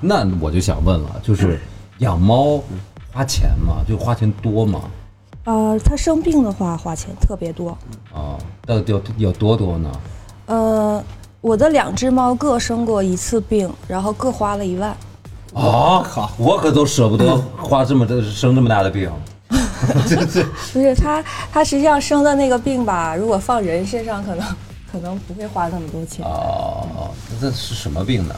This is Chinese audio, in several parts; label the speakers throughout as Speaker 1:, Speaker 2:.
Speaker 1: 那我就想问了，就是养猫花钱吗？就花钱多吗？
Speaker 2: 呃，它生病的话花钱特别多。
Speaker 1: 啊，到底有有多多呢？
Speaker 2: 呃，我的两只猫各生过一次病，然后各花了一万。
Speaker 1: 啊，好，我可都舍不得花这么的生这么大的病。这这
Speaker 2: 不是它，它实际上生的那个病吧，如果放人身上，可 能可能不会花那么多钱。
Speaker 3: 啊
Speaker 1: 哦，这是什么病呢？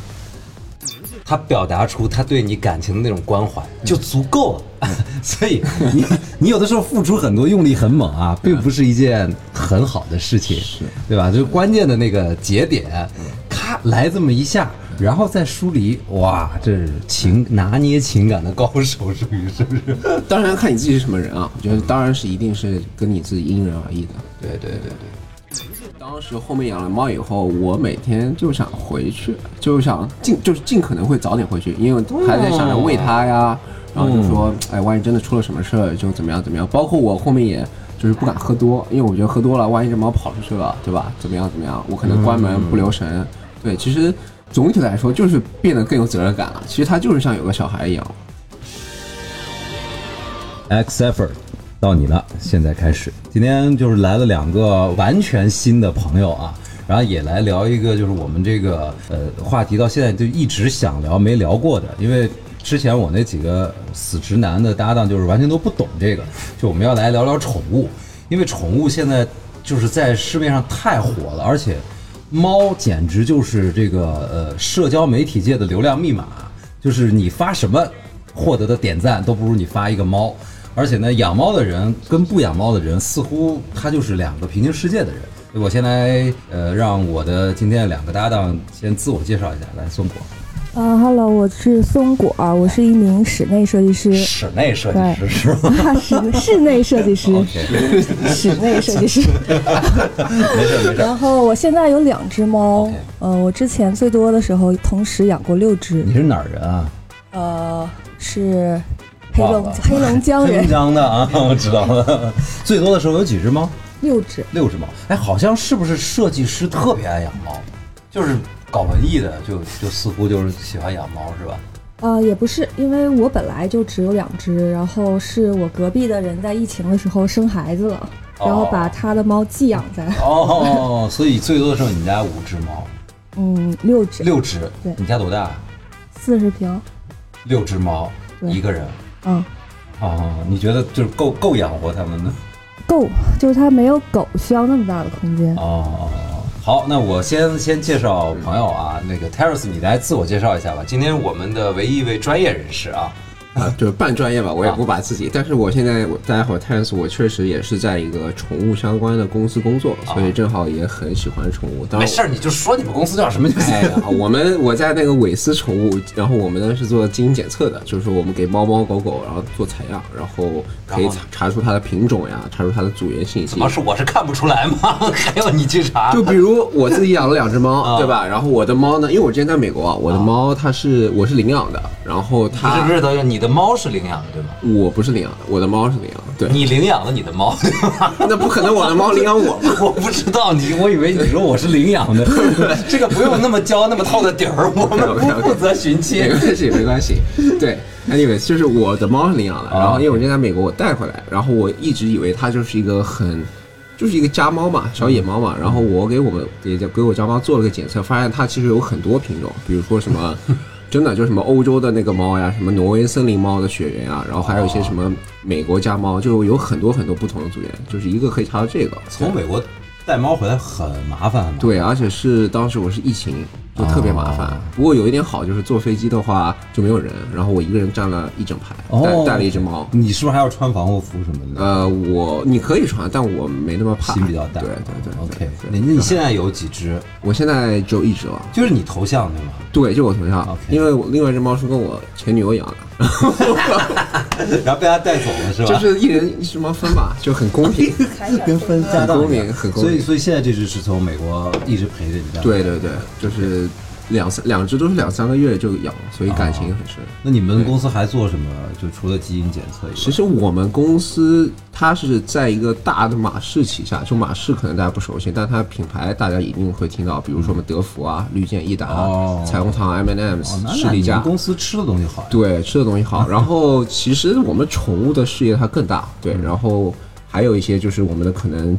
Speaker 1: 他表达出他对你感情的那种关怀就足够了， 所以嗯你你有的时候付出很多用力很猛啊，并不是一件很好的事情，对吧？就是关键的那个节点，咔来这么一下，然后再疏离，哇，这是情拿捏情感的高手，属于是不是？
Speaker 4: 当然看你自己是什么人啊，我觉得当然是一定是跟你自己因人而异的。
Speaker 1: 对对对对，
Speaker 4: 当时后面养了猫以后，我每天就想回去，就想尽就是尽可能会早点回去，因为还在想着喂它呀，
Speaker 1: 嗯
Speaker 4: 然后就说，哎，万一真的出了什么事儿，就怎么样怎么样。包括我后面也就是不敢喝多，因为我觉得喝多了，万一这猫跑出去了，对吧？怎么样怎么样，我可能关门不留神。
Speaker 1: 嗯
Speaker 4: 对，其实总体来说就是变得更有责任感了。其实它就是像有个小孩一样。
Speaker 1: X effort 到你了，现在开始。今天就是来了两个完全新的朋友啊，然后也来聊一个就是我们这个呃话题到现在就一直想聊没聊过的，因为之前我那几个死直男的搭档就是完全都不懂这个，就我们要来聊聊宠物，因为宠物现在就是在市面上太火了，而且猫简直就是这个呃社交媒体界的流量密码，就是你发什么获得的点赞都不如你发一个猫。而且呢，养猫的人跟不养猫的人似乎他就是两个平行世界的人。我先来呃，让我的今天的两个搭档先自我介绍一下，来松果，
Speaker 3: 嗯哈喽，我是松果，我是一名室内设计 师，
Speaker 1: 室内设计师是吗哦
Speaker 3: 啊室室内设计师，
Speaker 1: ？OK，
Speaker 3: 哦室内设计 师。
Speaker 1: 没事没事。
Speaker 3: 然后我现在有两只猫
Speaker 1: OK，
Speaker 3: 呃，我之前最多的时候同时养过六只，
Speaker 1: 你是哪儿人 啊？
Speaker 3: 呃，是黑
Speaker 1: 忘
Speaker 3: 龙
Speaker 1: 了
Speaker 3: 黑龙江
Speaker 1: 黑龙
Speaker 3: 人，
Speaker 1: 江的啊，我知道了。最多的时候有几只猫？
Speaker 3: 六只。
Speaker 1: 六只猫。哎，好像是不是设计师特别爱养猫？就是搞文艺的，就就似乎就是喜欢养猫是吧？
Speaker 3: 呃，也不是，因为我本来就只有两只，然后是我隔壁的人在疫情的时候生孩子了，然后把他的猫寄养在，
Speaker 1: 哦，所以最多的时候你们家五只猫，
Speaker 3: 嗯，六只，
Speaker 1: 六只
Speaker 3: 对。
Speaker 1: 你家多大？
Speaker 3: 四十平，
Speaker 1: 六只猫，
Speaker 3: 对
Speaker 1: 一个人。
Speaker 3: 嗯，
Speaker 1: 哦，你觉得就是够够养活它们的？
Speaker 3: 够，就是它没有狗需要那么大的空间。
Speaker 1: 哦，好，那我先先介绍朋友啊，那个 Terrace，你来自我介绍一下吧。今天我们的唯一一位专业人士啊，
Speaker 4: 啊，就是半专业吧，我也不把自己，但是我现在我大家好 t e n s 我确实也是在一个宠物相关的公司工作，所以正好也很喜欢宠物。当
Speaker 1: 啊没
Speaker 4: 然
Speaker 1: 事
Speaker 4: 我，
Speaker 1: 儿，你就说你们公司叫什么就行。
Speaker 4: 哎呀，我 们我在那个韦斯宠物，然后我们呢是做基因检测的，就是我们给猫猫狗狗，然后做采样，然后可以
Speaker 1: 然后呢
Speaker 4: 查查出它的品种呀，查出它的组员信息
Speaker 1: 主要。是我是看不出来吗？ 还要你去查？
Speaker 4: 就比如我自己养了两只
Speaker 1: 啊
Speaker 4: 猫，对吧？然后我的猫呢，因为我之前在美国啊，我的猫它是我是领养的，然后
Speaker 1: 不是
Speaker 4: 它
Speaker 1: 不是，等于你的猫是领养的对吗？
Speaker 4: 我不是领养的，我的猫是领养的，对，
Speaker 1: 你领养了你的猫，对吧？
Speaker 4: 那不可能我的 猫领养我吧？
Speaker 1: 我不知道你，我以为你说我是领养 的，这个不用那么教那么透的底 儿，我们不负责寻
Speaker 4: 没
Speaker 1: 亲。
Speaker 4: 关系， 没关系。对，anyways，就是我的猫是领养的，然后因为我之前在美国我带回来，然后我一直以为它就是一个很，就是一个家猫嘛，小野猫嘛。然后我给我们给给我家猫做了个检测，发现它其实有很多品种，比如说什 么。真的就是什么欧洲的那个猫呀，什么挪威森林猫的血缘啊，然后还有一些什么美国家猫，就有很多很多不同的组员，就是一个可以查到这个。
Speaker 1: 从美国带猫回来很麻烦啊很麻烦
Speaker 4: 对，而且是当时我是疫情，就特别麻烦。
Speaker 1: 哦
Speaker 4: 不过有一点好，就是坐飞机的话就没有人，然后我一个人占了一整排，带、
Speaker 1: 哦
Speaker 4: 带了一只猫。
Speaker 1: 你是不是还要穿防护服什么的？
Speaker 4: 呃，我你可以穿，但我没那么怕，
Speaker 1: 心比较大。
Speaker 4: 对对对对
Speaker 1: OK，
Speaker 4: 对
Speaker 1: 那你现在有几只？
Speaker 4: 我现在只有一只了。
Speaker 1: 就是你头像对吗？
Speaker 4: 对，就我头像
Speaker 1: OK
Speaker 4: 因为我另外一只猫是跟我前女友养的，
Speaker 1: 然后被他带走了是吧？ 哦
Speaker 4: 就是一人一只猫分吧，就很公平。
Speaker 1: 跟分家
Speaker 4: 很公平很公平
Speaker 1: 所以所以现在这只是从美国一直陪着你的。
Speaker 4: 对对对，就是两三两只都是两三个月就养，所以感情很深。
Speaker 1: 那你们公司还做什么？就除了基因检测以外，
Speaker 4: 其实我们公司它是在一个大的马氏旗下，就马氏可能大家不熟悉，但它品牌大家一定会听到，比如说我们德芙啊、绿箭益达、
Speaker 1: 哦
Speaker 4: 彩虹糖、啊
Speaker 1: 哦
Speaker 4: M&M's、
Speaker 1: 那
Speaker 4: 士
Speaker 1: 那
Speaker 4: 力
Speaker 1: 你
Speaker 4: 架
Speaker 1: 们。公司吃的东西好呀。
Speaker 4: 对，吃的东西好。然后其实我们宠物的事业它更大，对。然后还有一些就是我们的可能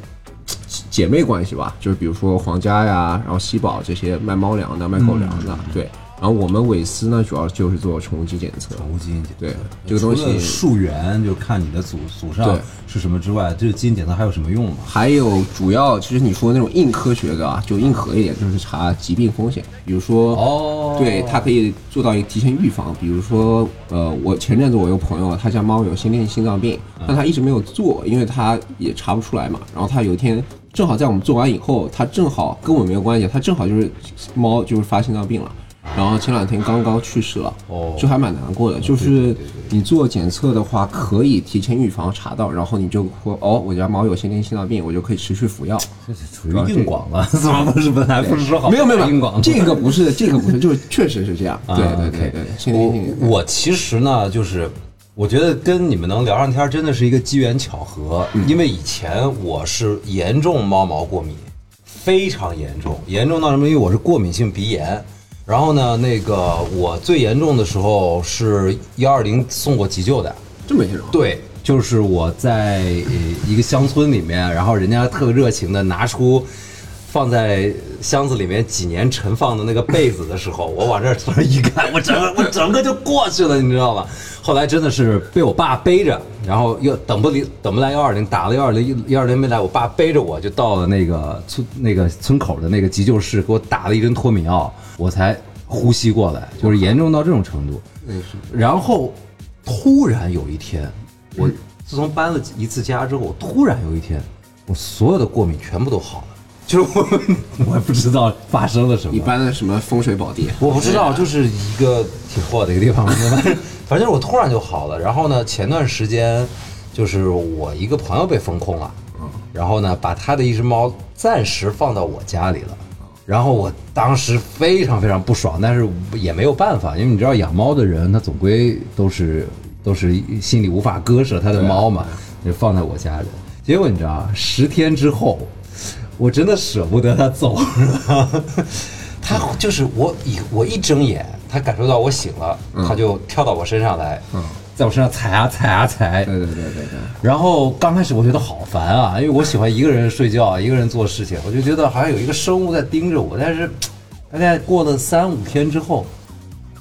Speaker 4: 嘖姐妹关系吧，就是比如说皇家呀，然后喜宝这些卖猫粮的、卖狗粮的，
Speaker 1: 嗯
Speaker 4: 对。然后我们韦斯呢，主要就是做宠物基检测，
Speaker 1: 宠物基因检测，
Speaker 4: 对这个东西
Speaker 1: 呃除了溯源就看你的祖祖上
Speaker 4: 对
Speaker 1: 是什么之外，这个基因检测还有什么用吗？
Speaker 4: 还有主要其实你说那种硬科学的啊，就硬核一点，就是查疾病风险，比如说
Speaker 1: 哦
Speaker 4: 对，它可以做到一个提前预防。比如说，呃，我前阵子我有朋友，他家猫有先天性心脏病，但他一直没有做，因为他也查不出来嘛。然后他有一天正好在我们做完以后，他正好跟我没有关系，他正好就是猫就是发心脏病了。然后前两天刚刚去世了，
Speaker 1: 哦
Speaker 4: 就还蛮难过的。就
Speaker 1: 对对
Speaker 4: 是
Speaker 1: 对
Speaker 4: 你做检测的话，可以提前预防查到，然后你就说哦，我家猫有先天性心脏病，我就可以持续服药。
Speaker 1: 这是属于硬广了， 怎么不是本来不是说好
Speaker 4: 没有没有没
Speaker 1: 硬
Speaker 4: 有，
Speaker 1: 广？啊
Speaker 4: 这个 不是这个不是，就是确实是这样。对对对对，先天性。
Speaker 1: 我我其实呢，就是我觉得跟你们能聊上天，真的是一个机缘巧合。
Speaker 4: 嗯
Speaker 1: 因为以前我是严重猫毛过敏，非常严重，严重到什么？因为我是过敏性鼻炎。然后呢，那个我最严重的时候是幺二零送过急救的，
Speaker 4: 这么严重？，
Speaker 1: 对，就是我在呃一个乡村里面，然后人家特热情的拿出放在箱子里面几年陈放的那个被子的时候，我往这儿突然一看，我整个 我整个就过去了，你知道吗？后来真的是被我爸背着，然后又等不离等不来幺二零，打了幺二零幺二零没来，我爸背着我就到了那个村那个村口的那个急救室，给我打了一针脱敏药，我才呼吸过来，就是严重到这种程度。
Speaker 4: 那是
Speaker 1: 然后突然有一天，我自从搬了一次家之后，我突然有一天，我所有的过敏全部都好了，就是我我也 不知道发生了什
Speaker 4: 一
Speaker 1: 么。
Speaker 4: 般的什么风水宝地，
Speaker 1: 我不知道，就是一个挺破的一个地方，反正反正我突然就好了。然后呢，前段时间就是我一个朋友被封控了，然后呢，把他的一只猫暂时放到我家里了。然后我当时非常非常不爽，但是也没有办法，因为你知道养猫的人，他总归都是都是心里无法割舍他的猫嘛，就放在我家里。结果你知道，啊十天之后，我真的舍不得它走，它就是我一我一睁眼，它感受到我醒了，它就跳到我身上来，在我身上踩啊踩啊踩，
Speaker 4: 对对对对对，
Speaker 1: 然后刚开始我觉得好烦啊，因为我喜欢一个人睡觉，一个人做事情，我就觉得好像有一个生物在盯着我。但是大概过了三五天之后，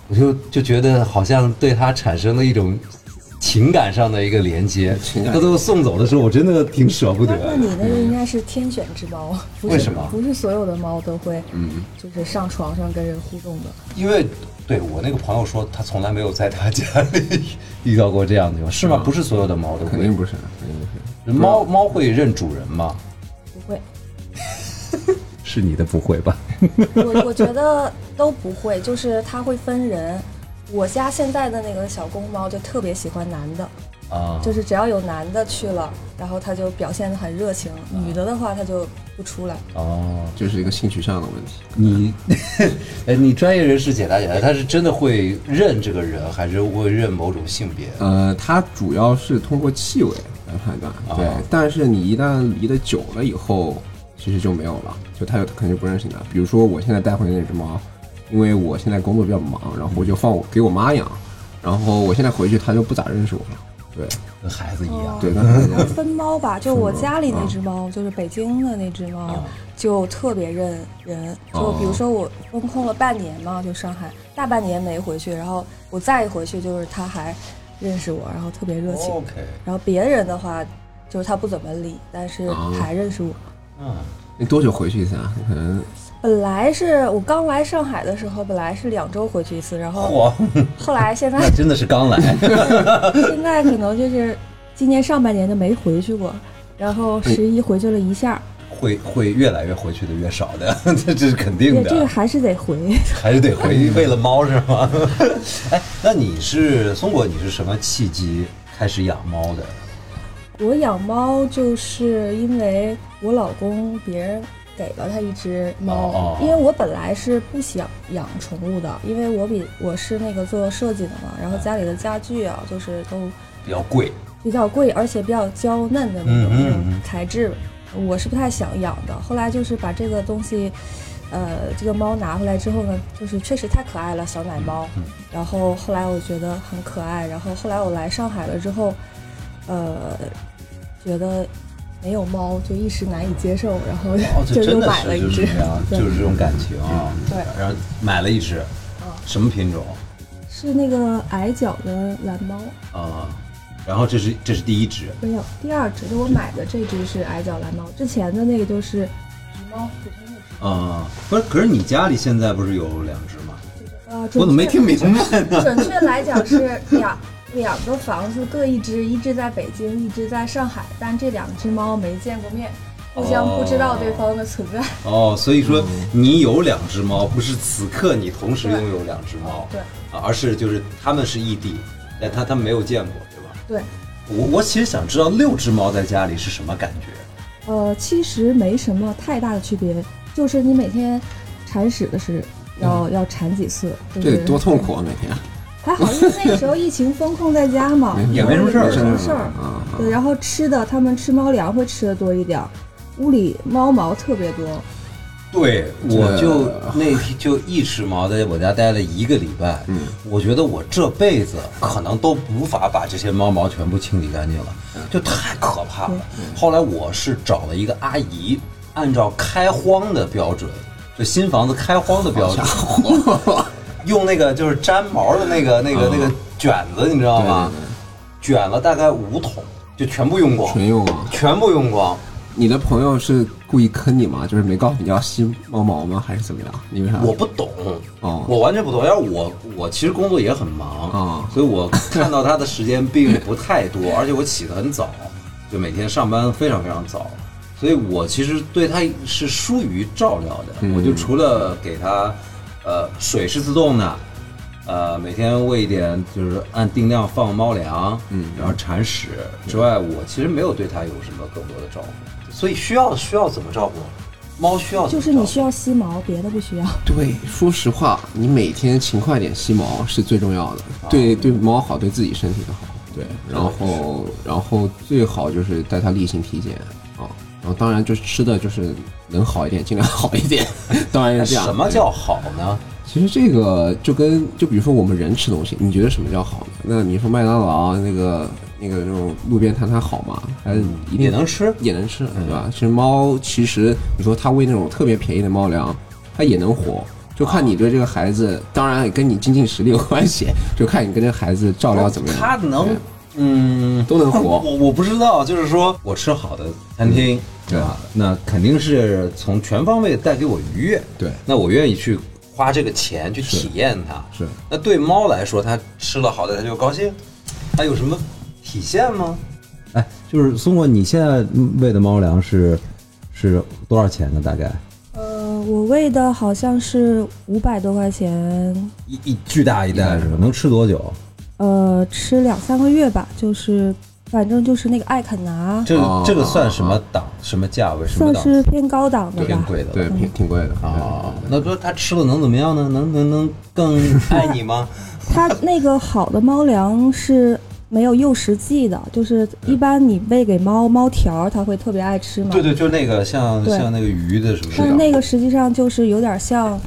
Speaker 1: 我就就觉得好像对它产生了一种情感上的一个连接。
Speaker 4: 情
Speaker 1: 它
Speaker 4: 感
Speaker 1: 最后送走的时候，我真的挺舍不
Speaker 2: 那
Speaker 1: 得
Speaker 2: 那
Speaker 1: 的。
Speaker 2: 你那个应该是天选之猫，不是
Speaker 1: 为什么嗯
Speaker 2: 不是所有的猫都会，就是上床上跟人互动的。
Speaker 1: 因为对我那个朋友说，他从来没有在他家里遇到过这样的情况，是吗？不是所有的猫都
Speaker 4: 肯
Speaker 1: 会
Speaker 4: 定，不是，肯定不是，
Speaker 1: 猫猫会认主人吗？
Speaker 2: 不会，
Speaker 1: 是你的不会吧？
Speaker 2: 我我觉得都不会，就是它会分人。我家现在的那个小公猫就特别喜欢男的，
Speaker 1: 啊，
Speaker 2: 就是只要有男的去了，然后它就表现得很热情；女的的话，它就不出来。
Speaker 1: 哦。
Speaker 4: 就是一个性取向的问题。
Speaker 1: 你， 哎，你专业人士解答解答，他是真的会认这个人，还是会认某种性别？
Speaker 4: 呃，它主要是通过气味来判断，
Speaker 1: 啊
Speaker 4: 对。但是你一旦离得久了以后，其实就没有了，就它有肯定不认识你了。比如说我现在带回来那只猫，因为我现在工作比较忙，然后我就放我给我妈养，然后我现在回去它就不咋认识我了，对
Speaker 1: 跟孩子一样，
Speaker 4: 对，但是它就
Speaker 2: 分猫吧，就我家里那只猫，就是北京的那只
Speaker 1: 哦啊
Speaker 2: 猫，就特别认人。就比如说我封控了半年嘛，就上海大半年没回去，然后我再一回去，就是它还认识我，然后特别热情。
Speaker 1: 哦 OK，
Speaker 2: 然后别人的话，就是它不怎么理，但是还认识我。
Speaker 1: 嗯，
Speaker 4: 你多久回去一次啊？可能
Speaker 2: 本来是我刚来上海的时候，本来是两周回去一次，然后
Speaker 1: 嚯，
Speaker 2: 后来现在
Speaker 1: 哦 那真的是刚来，
Speaker 3: 现在可能就是今年上半年就没回去过，然后
Speaker 1: 嗯
Speaker 3: 十一回去了一下，
Speaker 1: 会会越来越回去的越少的， 这这是肯定
Speaker 3: 对，这个
Speaker 1: 的，
Speaker 3: 还是得回。
Speaker 1: 还是得回，为了猫是吗？ 哎，那你是松果，你是什么契机开始养猫的？
Speaker 3: 我养猫就是因为我老公别人给了它一只
Speaker 1: 哦
Speaker 3: 猫
Speaker 1: 哦，
Speaker 3: 因为我本来是不想养宠物的，因为我比我是那个做设计的嘛，然后家里的家具啊，就是都
Speaker 1: 比较贵，
Speaker 3: 比较贵，而且比较娇嫩的那种
Speaker 1: 嗯嗯
Speaker 3: 那种
Speaker 1: 嗯
Speaker 3: 材质，我是不太想养的。后来就是把这个东西，呃，这个猫拿回来之后呢，就是确实太可爱了，小奶猫。
Speaker 1: 嗯
Speaker 3: 然后后来我觉得很可爱，然后后来我来上海了之后，呃，觉得没有猫就一时难以接受，然后
Speaker 1: 哦，
Speaker 3: 就
Speaker 1: 这
Speaker 3: 又
Speaker 1: 真的
Speaker 3: 买了
Speaker 1: 是
Speaker 3: 一
Speaker 1: 就是
Speaker 3: 只
Speaker 1: 这 样，，
Speaker 3: 对
Speaker 1: 就是这种感情啊。
Speaker 3: 对，嗯
Speaker 1: 然后买了一只，什么品种
Speaker 3: 是那个矮脚的蓝猫。
Speaker 1: 啊？然后这是这是第一只，
Speaker 3: 没有，第二只就我买的这只是矮脚蓝猫，之前的那个就是橘猫，普通的橘
Speaker 1: 啊，不是，可是你家里现在不是有两只吗？
Speaker 3: 猫。呃，
Speaker 1: 我
Speaker 3: 准
Speaker 1: 怎么没
Speaker 3: 确
Speaker 1: 听明白呢？
Speaker 3: 准确来讲是两两个房子各一只，一只在北京，一只在上海，但这两只猫没见过面，互相不知道对方的存在。
Speaker 1: 哦，所以说你有两只猫，不是此刻你同时拥有两只猫，
Speaker 3: 对
Speaker 1: 啊，而是就是它们是异地，但它它们没有见过，对吧？
Speaker 3: 对，
Speaker 1: 我我其实想知道六只猫在家里是什么感觉。
Speaker 3: 呃，其实没什么太大的区别，就是你每天铲屎的是
Speaker 1: 嗯
Speaker 3: 要、要铲几次，就
Speaker 4: 这
Speaker 3: 是
Speaker 4: 得多痛苦啊！每天，
Speaker 3: 还好，因为那时候疫情封控在家嘛
Speaker 1: 也没什么事儿
Speaker 3: 没什么事儿。
Speaker 4: 啊，嗯
Speaker 3: 对，然后吃的，他们吃猫粮会吃的多一点儿，屋里猫毛特别多。
Speaker 1: 对，
Speaker 4: 这
Speaker 1: 我就那天就一只猫在我家待了一个礼拜，嗯，我觉得我这辈子可能都无法把这些猫毛全部清理干净了，就太可怕了。后来我是找了一个阿姨，按照开荒的标准，就新房子开荒的标准，用那个就是粘毛的那个那个那个卷子，你知道吗？卷了大概五桶，就全部用光，
Speaker 4: 全用啊。
Speaker 1: 全部用光。
Speaker 4: 你的朋友是故意坑你吗？就是没告诉你要吸猫毛吗？还是怎么样？你为啥？
Speaker 1: 我不懂，
Speaker 4: 啊哦
Speaker 1: 我完全不懂。要是我，我其实工作也很忙，
Speaker 4: 哦
Speaker 1: 所以我看到他的时间并不太 多，而且我起得很早，就每天上班非常非常早，所以我其实对他是疏于照料的。
Speaker 4: 嗯
Speaker 1: 我就除了给他，呃，水是自动的。呃，每天喂一点，就是按定量放猫粮，嗯，然后铲屎之外，我其实没有对它有什么更多的照顾，所以需要需要怎么照顾？猫需要怎
Speaker 3: 就
Speaker 1: 么
Speaker 3: 是你
Speaker 1: 照顾
Speaker 3: 需要吸毛，别的不需要。
Speaker 4: 对，说实话，你每天勤快点吸毛是最重要的，对对猫好，对自己身体好。啊对，然后然后最好就是带它例行体检啊，然后当然就是吃的就是能好一点，尽量好一 点，当然是这样。
Speaker 1: 什么
Speaker 4: 对
Speaker 1: 叫好呢？
Speaker 4: 其实这个就跟就比如说我们人吃东西，你觉得什么叫好呢？那你说麦当劳啊那个那个那种路边摊摊好吗？还是一定
Speaker 1: 嗯也能嗯吃
Speaker 4: 也能吃，对吧？其实猫其实你说它喂那种特别便宜的猫粮，它也能活。就看你对这个孩子，当然也跟你经济实力有关系，就看你跟这个孩子照料怎么样。
Speaker 1: 他能
Speaker 4: 对，
Speaker 1: 嗯，
Speaker 4: 都 能活
Speaker 1: 我我不知道，就是说我吃好的餐厅，嗯对吧？那肯定是从全方位带给我愉悦。
Speaker 4: 对
Speaker 1: 那我愿意去花这个钱去体验它。
Speaker 4: 是
Speaker 1: 那对猫来说，它吃了好的，它就高兴，它有什么体现吗？哎，就是松果，你现在喂的猫粮是是多少钱呢？大概
Speaker 3: 呃，我喂的好像是五百多块钱，
Speaker 1: 一一巨大一
Speaker 4: 袋
Speaker 1: 袋
Speaker 4: 是
Speaker 1: 是
Speaker 4: 吧
Speaker 1: 吧？能吃多久？
Speaker 3: 呃，吃两三个月吧，就是反正就是那个爱肯拿，
Speaker 1: 这
Speaker 4: 哦
Speaker 1: 个这个算什么档？什么价位？什么
Speaker 3: 算
Speaker 1: 档？
Speaker 3: 是偏高档的
Speaker 1: 偏
Speaker 3: 吧。
Speaker 1: 贵的了。
Speaker 4: 对，哦挺挺贵的
Speaker 1: 啊，那说他吃了能怎么样呢？能能能更 爱你吗？
Speaker 3: 它那个好的猫粮是。没有诱食剂的，就是一般你喂给猫猫条，它会特别爱吃嘛。
Speaker 1: 嗯对对，就那个像
Speaker 3: 对嗯
Speaker 1: 像那个鱼的什
Speaker 3: 但
Speaker 1: 么
Speaker 3: 是那个实际上就是有点像，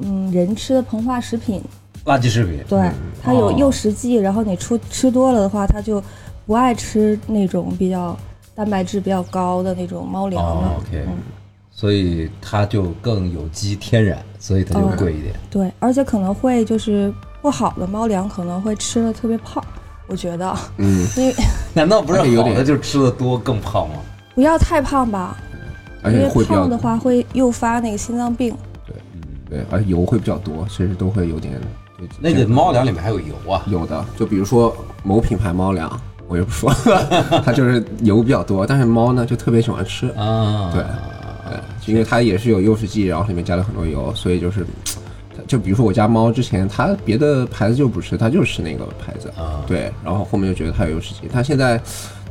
Speaker 3: 嗯，人吃的膨化食品，
Speaker 1: 垃圾食品，
Speaker 3: 对，
Speaker 4: 嗯
Speaker 3: 它有
Speaker 1: 哦
Speaker 3: 诱食剂，然后你出吃多了的话，它就不爱吃那种比较蛋白质比较高的那种猫粮
Speaker 1: 哦
Speaker 3: 了。嗯
Speaker 1: ，OK，所以它就更有机天然，所以它就
Speaker 3: 嗯
Speaker 1: 贵一点。
Speaker 3: 对，而且可能会就是不好的猫粮可能会吃的特别胖，我觉得，
Speaker 4: 嗯，
Speaker 3: 因为
Speaker 1: 难道不是
Speaker 4: 而且有
Speaker 1: 好的
Speaker 4: 点
Speaker 1: 就吃的多更胖吗？
Speaker 3: 不要太胖吧，
Speaker 4: 而
Speaker 3: 因
Speaker 4: 且
Speaker 3: 为
Speaker 4: 会比较
Speaker 3: 胖的话会诱发那个心脏病。
Speaker 4: 对，而且油会比较多，其实都会有点对
Speaker 1: 那个猫粮里面还有油啊，
Speaker 4: 有的，就比如说某品牌猫粮，我也不 说了，它就是油比较多，但是猫呢就特别喜欢吃，
Speaker 1: 啊，
Speaker 4: 对对，因为它也是有诱食剂，然后里面加了很多油，所以就是，就比如说我家猫之前它别的牌子就不吃，它就吃那个牌子，
Speaker 1: 啊
Speaker 4: 对，然后后面就觉得它有诱食剂，它现在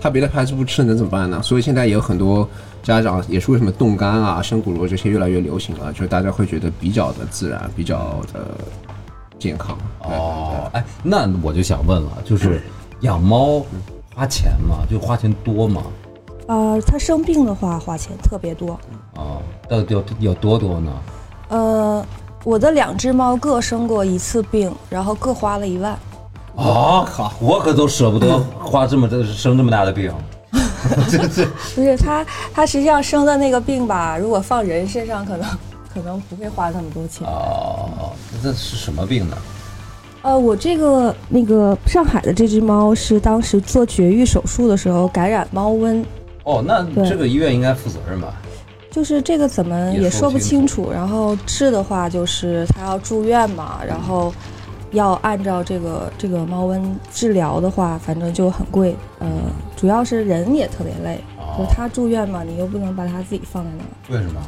Speaker 4: 它别的牌子不吃能怎么办呢？所以现在也有很多家长也是为什么冻干啊、生骨螺这些越来越流行啊了，就是大家会觉得比较的自然，比较的健康。对
Speaker 1: 哦，哎，那我就想问了，就是养猫花钱吗？就花钱多吗？
Speaker 3: 呃，它生病的话花钱特别多。
Speaker 1: 啊，到底有有多多呢？
Speaker 3: 呃，我的两只猫各生过一次病，然后各花了一万。
Speaker 1: 啊，靠！我可都舍不得花这么这生这么大的病。这这
Speaker 3: 不是它，它实际上生的那个病吧，如果放人身上，可能 可能不会花那么多钱。
Speaker 1: 哦，这是什么病呢？
Speaker 3: 呃，我这个那个上海的这只猫是当时做绝育手术的时候感染猫瘟，
Speaker 1: 哦，那
Speaker 3: 对
Speaker 1: 这个医院应该负责任吧？
Speaker 3: 就是这个怎么
Speaker 1: 也
Speaker 3: 也
Speaker 1: 说
Speaker 3: 说
Speaker 1: 不
Speaker 3: 不
Speaker 1: 清
Speaker 3: 清楚。然后治的话，就是它要住院嘛，然后要按照这个这个猫瘟治疗的话，反正就很贵。呃，主要是人也特别累，就
Speaker 1: 哦
Speaker 3: 是，它住院嘛，你又不能把它自己放在那儿。
Speaker 1: 为什么？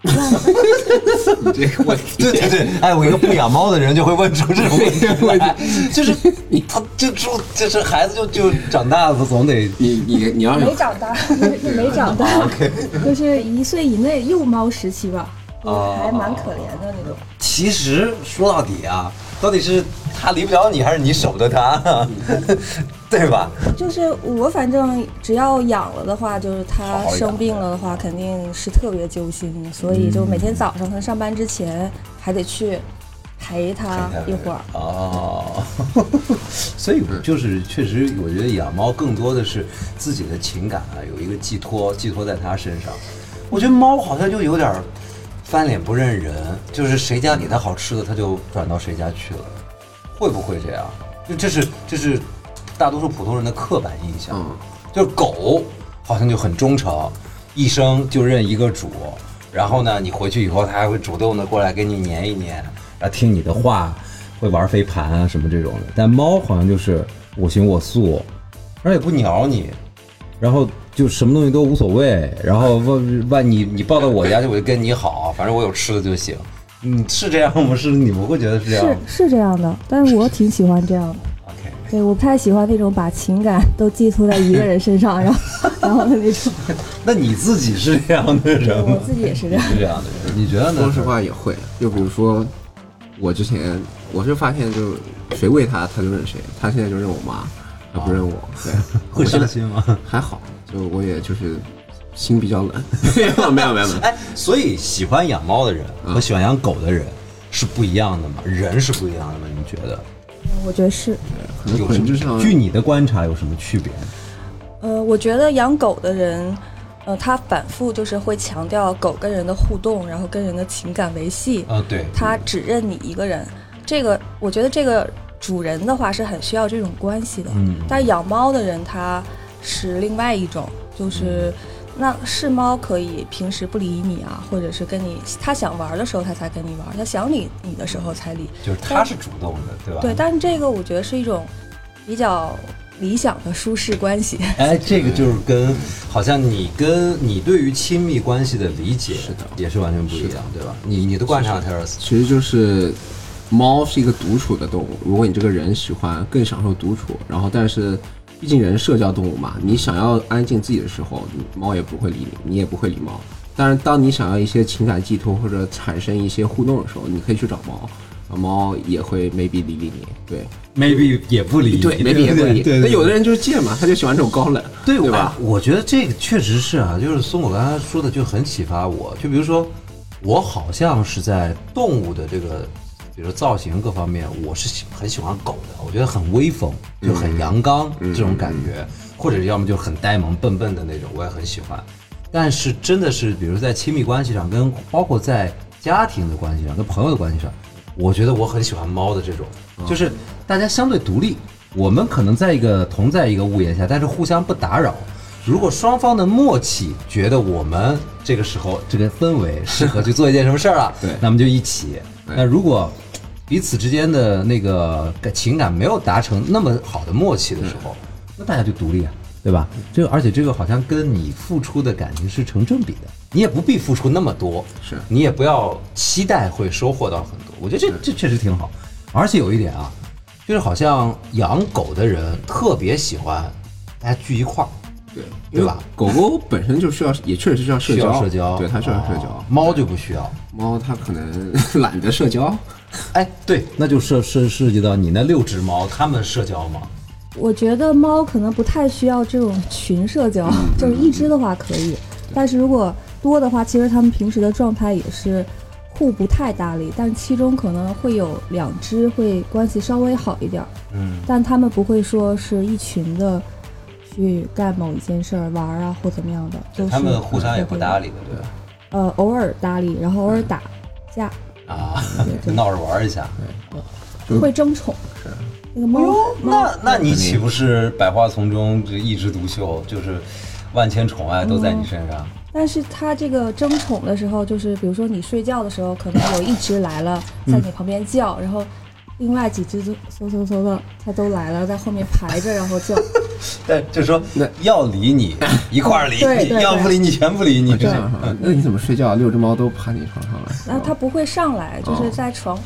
Speaker 4: 这个问题
Speaker 1: 对对对，哎，我一个不养猫的人就会问出这种问题来， 就是你他这猪就是孩子就就长大了，总得
Speaker 4: 你你你要是
Speaker 2: 没长大，没长 大，
Speaker 3: 啊
Speaker 2: 就是一岁以内幼猫时期吧，
Speaker 1: 哦
Speaker 3: 啊
Speaker 2: 还蛮可怜的那种。
Speaker 1: 其实说到底啊，到底是他离不了你，还是你舍不得他， 对吧？
Speaker 3: 就是我反正只要养了的话，就是
Speaker 1: 好
Speaker 3: 它
Speaker 1: 好养
Speaker 3: 生病了的话，肯定是特别揪心，所以就每天早上它上班之前还得去陪它一会儿。
Speaker 1: 哦， 所以我就是确实，我觉得养猫更多的是自己的情感啊，有一个寄托，寄托在它身上。我觉得猫好像就有点儿翻脸不认人，就是谁家给它好吃的，它就转到谁家去了，会不会这样？就这是这是大多数普通人的刻板印象。
Speaker 4: 嗯
Speaker 1: 就是狗好像就很忠诚，一生就认一个主。然后呢，你回去以后，它还会主动的过来给你粘一粘，然后听你的话，会玩飞盘啊什么这种的。但猫好像就是我行我素，而且不鸟你，然后就什么东西都无所谓。然后问问你，你抱到我家去，我就跟你好，反正我有吃的就行。嗯，是这样吗？是你们会觉得是这样
Speaker 3: 是啊
Speaker 1: 吗
Speaker 3: 是这样的，但我挺喜欢这样的。
Speaker 1: ？OK，
Speaker 3: 对，我不太喜欢那种把情感都寄托在一个人身上，然后然后的那种。
Speaker 1: 那你自己是这样的人吗
Speaker 3: 我？自己也是
Speaker 1: 你
Speaker 3: 这样。
Speaker 1: 是这样的人，你觉得呢？
Speaker 4: 说实话也会，就比如说我之前我是发现就是谁喂它它就认谁，它现在就认我妈，它不认我，对，
Speaker 1: 会伤心吗？
Speaker 4: 还好，就我也就是心比较冷， 没有没有没有没有，
Speaker 1: 哎，所以喜欢养猫的人和喜欢养狗的人是不一样的嘛？人是不一样的吗？你觉得
Speaker 3: 我觉得是，
Speaker 4: 可能
Speaker 1: 有什
Speaker 4: 本质上
Speaker 1: 么？据你的观察有什么区别？
Speaker 3: 呃，我觉得养狗的人，呃，他反复就是会强调狗跟人的互动，然后跟人的情感维系。
Speaker 1: 啊，对，
Speaker 3: 他只认你一个人。这个我觉得这个主人的话是很需要这种关系的，
Speaker 1: 嗯
Speaker 3: 但是养猫的人他是另外一种，就是。那是猫可以平时不理你啊，或者是跟你它想玩的时候它才跟你玩，它想理你的时候才理。
Speaker 1: 就是他是主动的，对吧？
Speaker 3: 对，。但是这个我觉得是一种比较理想的舒适关系。
Speaker 1: 哎，这个就是跟好像你跟你对于亲密关系的理解是的，也是完全不一样，对吧？你你的观察 t e r r
Speaker 4: 其实就是猫是一个独处的动物。如果你这个人喜欢更享受独处，然后但是毕竟人社交动物嘛，你想要安静自己的时候，你猫也不会理你，你也不会理猫。但是当你想要一些情感寄托或者产生一些互动的时候，你可以去找猫，啊猫也会 maybe 理理你。对
Speaker 1: m a y b e 也不理你，
Speaker 4: 对，maybe 也
Speaker 1: 不
Speaker 4: 会理。
Speaker 1: 对，
Speaker 4: 但有的
Speaker 1: 人
Speaker 4: 人就是贱嘛，他就喜欢这种高冷，
Speaker 1: 对
Speaker 4: 对
Speaker 1: 吧
Speaker 4: 吧？？
Speaker 1: 我啊觉得这个确实是啊，就是松果刚才说的就很启发我。就比如说，我好像是在动物的这个，比如说造型各方面，我是喜很喜欢狗的，我觉得很威风，就很阳刚、这种感觉，或者要么就很呆萌笨笨的那种，我也很喜欢。但是真的是，比如在亲密关系上，跟包括在家庭的关系上，跟朋友的关系上，我觉得我很喜欢猫的这种，就是大家相对独立，我们可能在一个同在一个屋檐下，但是互相不打扰。如果双方的默契觉得我们这个时候这个氛围适合去做一件什么事儿了，
Speaker 4: 对
Speaker 1: 那么就一起。那如果彼此之间的那个情感没有达成那么好的默契的时候，那大家就独立啊，对吧？这个而且这个好像跟你付出的感情是成正比的，你也不必付出那么多，
Speaker 4: 是
Speaker 1: 你也不要期待会收获到很多。我觉得这这确实挺好，而且有一点啊，就是好像养狗的人特别喜欢大家聚一块儿，
Speaker 4: 对，
Speaker 1: 对
Speaker 4: 因为
Speaker 1: 吧
Speaker 4: 狗狗本身就需要，也确实需要社
Speaker 1: 需
Speaker 4: 交，
Speaker 1: 要社交，
Speaker 4: 对，它需要社
Speaker 1: 哦
Speaker 4: 交。
Speaker 1: 猫就不需要。
Speaker 4: 猫它可能 懒得社交，
Speaker 1: 哎，对，那就涉涉涉及到你那六只猫，它们社交吗？
Speaker 3: 我觉得猫可能不太需要这种群社交，
Speaker 1: 嗯
Speaker 3: 就是一只的话可以，但是如果多的话，其实它们平时的状态也是互不太搭理，但其中可能会有两只会关系稍微好一点儿，
Speaker 1: 嗯，
Speaker 3: 但它们不会说是一群的去干某一件事儿玩儿啊或怎么样的，就是嗯
Speaker 1: 它们互相也不搭
Speaker 3: 理，
Speaker 1: 理的，对吧？
Speaker 3: 呃，偶尔搭理，然后偶尔打架，
Speaker 1: 啊，就闹着玩一下。嗯
Speaker 3: 会争宠。那个猫，
Speaker 1: 哦那那你岂不是百花丛中这一枝独秀，就是万千宠爱都在你身上？
Speaker 3: 但是它这个争宠的时候，就是比如说你睡觉的时候，可能有一只来了，在你旁边叫，然后另外几只就嗖嗖嗖的，它都来了，在后面排着，然后叫。
Speaker 1: 但就说要理你一块儿理
Speaker 3: 对对
Speaker 1: 你，
Speaker 3: 对
Speaker 1: 要不理你全不理你。
Speaker 4: 这样哈，那你怎么睡觉啊？六只猫都趴你床上了，
Speaker 3: 然后它不会上来，就是在床、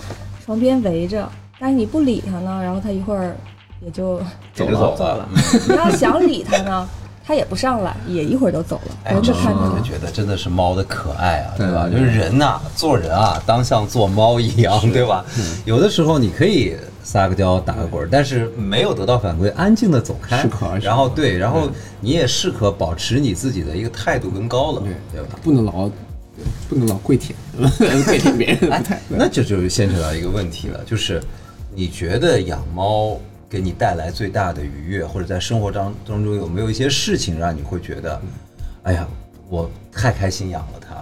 Speaker 3: 床边围着，但是你不理它呢，然后它一会儿也就，
Speaker 1: 走
Speaker 4: 了
Speaker 1: 了
Speaker 4: 走了。
Speaker 3: 你要想理它呢，它也不上来，也一会儿就走了，
Speaker 1: 哎，
Speaker 3: 人
Speaker 1: 这
Speaker 3: 就是看着
Speaker 1: 我
Speaker 3: 它
Speaker 1: 就。觉得真的是猫的可爱啊，
Speaker 4: 对
Speaker 1: 对吧？
Speaker 4: 对
Speaker 1: 就是人呐、做人啊，当像做猫一样， 对吧？
Speaker 4: 嗯
Speaker 1: 有的时候你可以撒个娇、打个滚儿，但是没有得到反馈，安静的走开，
Speaker 4: 适可而止
Speaker 1: 然后对，然后你也适可保持你自己的一个态度跟高冷，对吧？
Speaker 4: 呃不能老不能老跪舔，跪舔别人 不太。
Speaker 1: 哎那这就牵扯到一个问题了，就是你觉得养猫给你带来最大的愉悦，或者在生活当当中有没有一些事情让你会觉得，
Speaker 4: 嗯
Speaker 1: 哎呀，我太开心养了它，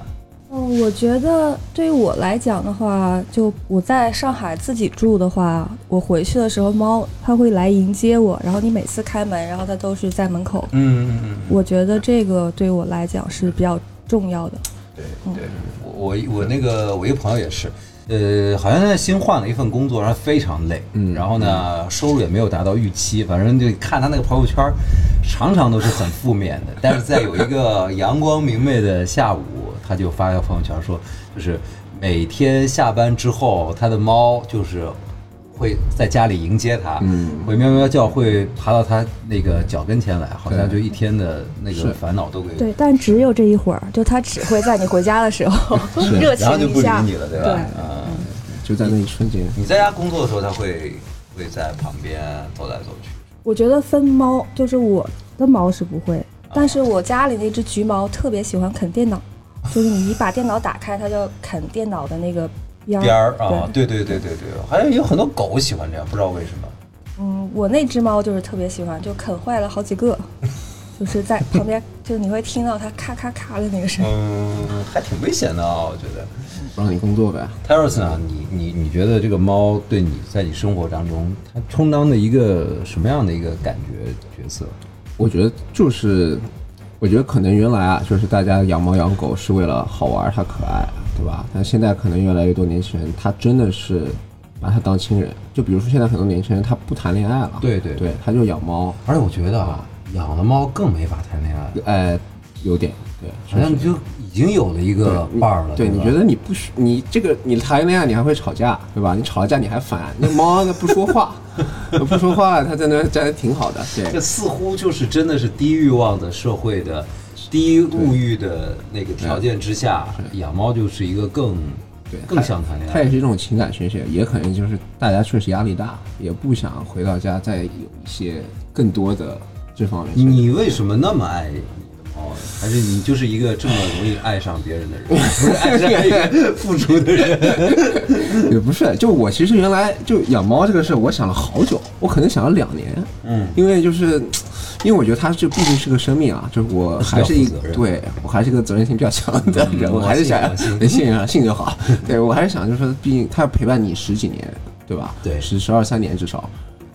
Speaker 3: 嗯，我觉得对于我来讲的话，就我在上海自己住的话，我回去的时候，猫它会来迎接我，然后你每次开门，然后它都是在门口。
Speaker 1: 嗯嗯嗯。
Speaker 3: 我觉得这个对我来讲是比较重要的。
Speaker 1: 对对，我我我那个我一个朋友也是，呃，好像现在新换了一份工作，然后非常累，嗯，然后呢，收入也没有达到预期，反正就看他那个朋友圈儿，常常都是很负面的，但是在有一个阳光明媚的下午，他就发个朋友圈说，就是每天下班之后，他的猫就是。会在家里迎接它，会喵喵叫，会爬到它那个脚跟前来，好像就一天的那个烦恼都给
Speaker 3: 对，但只有这一会儿，就它只会在你回家的 时候热情
Speaker 1: 然后就
Speaker 3: 一
Speaker 1: 不理
Speaker 3: 下。
Speaker 1: 你了，对吧？
Speaker 3: 对
Speaker 1: 啊、
Speaker 4: 就在那一瞬间，
Speaker 1: 你在家工作的时候，它会会在旁边走来走去。
Speaker 3: 我觉得分猫，就是我的猫是不会，
Speaker 2: 但是我家里那只橘猫特别喜欢啃电脑，
Speaker 3: 就是你一把电脑打开，它就啃电脑的那个边儿。
Speaker 1: 边儿啊，对对对对对，好像有很多狗喜欢这样，不知道为什么。
Speaker 3: 嗯，我那只猫就是特别喜欢，就啃坏了好几个，就是在旁边，就是你会听到它咔咔咔的那个声音。
Speaker 1: 嗯，还挺危险的啊、我觉得。
Speaker 4: 不让你工作呗。
Speaker 1: Terrence 呢？你你你觉得这个猫对你在你生活当中，它充当的一个什么样的一个感觉角色？
Speaker 4: 我觉得就是，我觉得可能原来啊，就是大家养猫养狗是为了好玩，它可爱，对吧？但现在可能越来越多年轻人，他真的是把它当亲人。就比如说现在很多年轻人，他不谈恋爱了，
Speaker 1: 对对
Speaker 4: 对，他就养猫，
Speaker 1: 而且我觉得啊，养了猫更没法谈恋爱，
Speaker 4: 哎，有点对，
Speaker 1: 好像就已经有了一个伴儿了。
Speaker 4: 对，你
Speaker 1: 吧
Speaker 4: 觉得你不许你这个你谈恋爱你还会吵架，对吧？你吵了架你还烦，那猫那不说话，不说话，它在那站的挺好的，
Speaker 1: 这
Speaker 4: 对，
Speaker 1: 似乎就是真的是低欲望的社会的低物欲的那个条件之下，养猫就是一个更
Speaker 4: 对
Speaker 1: 更像谈恋
Speaker 4: 它
Speaker 1: 爱
Speaker 4: 也。是一种情感宣泄，也可能就是大家确实压力大，也不想回到家再有一些更多的这方面。
Speaker 1: 你为什么那么爱你的猫呢？还是你就是一个这么容易爱上别人 的人，不是爱上一个付出的人？
Speaker 4: 也不是，就我其实原来就养猫这个事，我想了好久，我可能想了两年，
Speaker 1: 嗯，
Speaker 4: 因为就是，因为我觉得它这毕竟是个生命啊，就是我还是一
Speaker 1: 是要负责任
Speaker 4: 对我还是一个责任心比较强的人，
Speaker 1: 嗯
Speaker 4: 我还是想
Speaker 1: 我信我信
Speaker 4: 对 信任啊信就好，对我还是想就是说，毕竟它要陪伴你十几年，对吧？
Speaker 1: 对
Speaker 4: 十十二三年至少，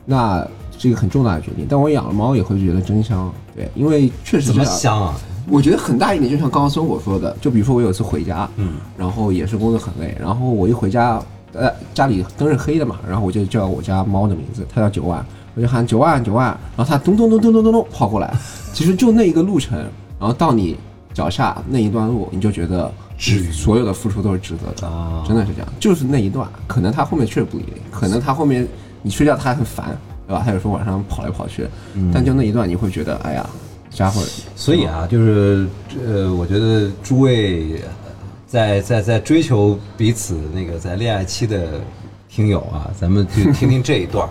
Speaker 4: 那这个很重大的决定。但我养了猫也会觉得真香，对，因为确实
Speaker 1: 怎
Speaker 4: 这
Speaker 1: 么
Speaker 4: 样
Speaker 1: 香啊？
Speaker 4: 我觉得很大一点，就像刚刚松果说的，就比如说我有一次回家，
Speaker 1: 嗯，
Speaker 4: 然后也是工作很累，然后我一回家，呃，家里灯是黑的嘛，然后我就叫我家猫的名字，它叫九万，我就喊九万九万，然后它咚咚咚咚咚咚咚跑过来，其实就那一个路程，然后到你脚下那一段路，你就觉得
Speaker 1: 至于
Speaker 4: 所有的付出都是值得的，
Speaker 1: 啊
Speaker 4: 真的是这样，就是那一段，可能它后面确实不理你，可能它后面你睡觉它还很烦，对吧？它有时候晚上跑来跑去，但就那一段你会觉得，哎呀。家伙，
Speaker 1: 所以啊，就是呃，我觉得诸位在在在追求彼此那个在恋爱期的听友啊，咱们就听听这一段儿，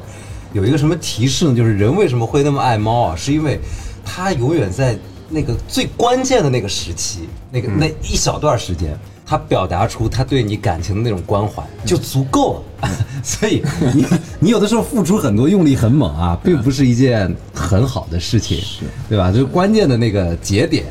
Speaker 1: 有一个什么提示呢？就是人为什么会那么爱猫啊？是因为它永远在那个最关键的那个时期，那个那一小段时间。它表达出它对你感情的那种关怀就足够了， 所以嗯你你有的时候付出很多用力很猛啊，并不是一件很好的事情，对吧？就是嗯关键的那个节点，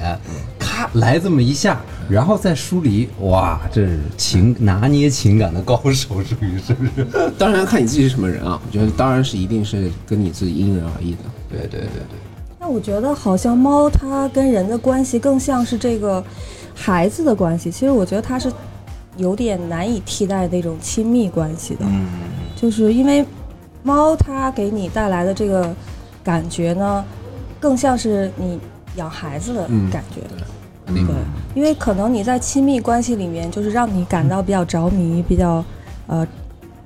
Speaker 1: 咔来这么一下，然后再疏离，哇，这是情拿捏情感的高手，属于是不是？
Speaker 4: 当然看你自己是什么人啊，我觉得当然是一定是跟你自己因人而异的。对对对对，
Speaker 3: 那我觉得好像猫它跟人的关系更像是这个孩子的关系，其实我觉得它是有点难以替代那种亲密关系的，就是因为猫它给你带来的这个感觉呢，更像是你养孩子的感觉。
Speaker 1: 嗯
Speaker 3: 对，因为可能你在亲密关系里面，就是让你感到比较着迷，比较呃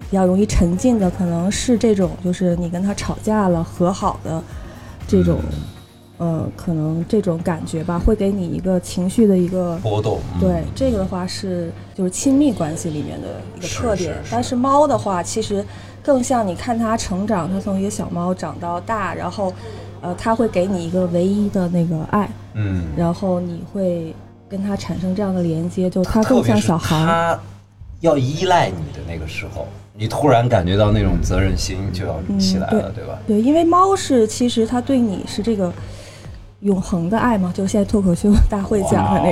Speaker 3: 比较容易沉浸的，可能是这种，就是你跟他吵架了和好的这种，
Speaker 1: 嗯
Speaker 3: 呃，可能这种感觉吧，会给你一个情绪的一个
Speaker 1: 波动，嗯
Speaker 3: 对，这个的话是就是亲密关系里面的一个
Speaker 1: 是
Speaker 3: 特
Speaker 1: 是
Speaker 3: 点，
Speaker 1: 是
Speaker 3: 但是猫的话，其实更像你看它成长，它从一个小猫长到大，然后，呃，它会给你一个唯一的那个爱，
Speaker 1: 嗯，
Speaker 3: 然后你会跟它产生这样的连接，就它更像小孩儿。
Speaker 1: 他要依赖你的那个时候，你突然感觉到那种责任心就要起来了，对吧？
Speaker 3: 嗯对，因为猫是其实它对你是这个永恒的爱嘛，就是现在脱口秀大会讲的那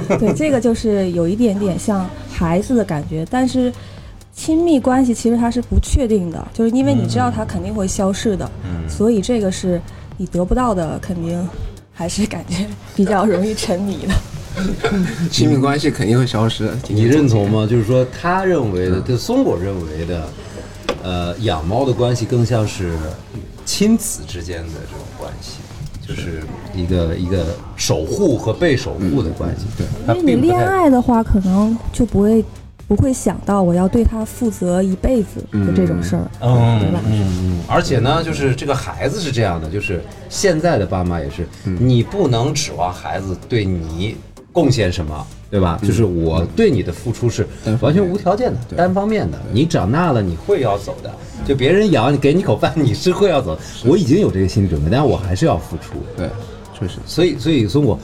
Speaker 3: 个， 对，这个就是有一点点像孩子的感觉，但是。亲密关系其实它是不确定的，就是因为你知道它肯定会消逝的，所以这个是你得不到的，肯定还是感觉比较容易沉迷的。
Speaker 4: 亲密关系肯定会消失的。
Speaker 1: 嗯你认同吗？就是说，他认为的，就松果认为的，呃，养猫的关系更像是亲子之间的这种关系，就是一个一个守护和被守护的关系。对，它
Speaker 3: 因为
Speaker 1: 并
Speaker 3: 你
Speaker 1: 不
Speaker 3: 恋
Speaker 1: 太
Speaker 3: 爱的话，可能就不会不会想到我要对它负责一辈子的这种事儿。
Speaker 1: 嗯
Speaker 3: 对吧
Speaker 1: 嗯嗯，而且呢，就是这个孩子是这样的，就是现在的爸妈也是，你不能指望孩子对你贡献什么，对吧？就是我对你的付出是
Speaker 4: 单方面
Speaker 1: 完全无条件的、单方面的。你长大了，你会要走的。就别人养你，给你口饭，你是会要走。我已经有这个心理准备，但是我还是要付出。
Speaker 4: 对，确实。
Speaker 1: 所以，所以松果，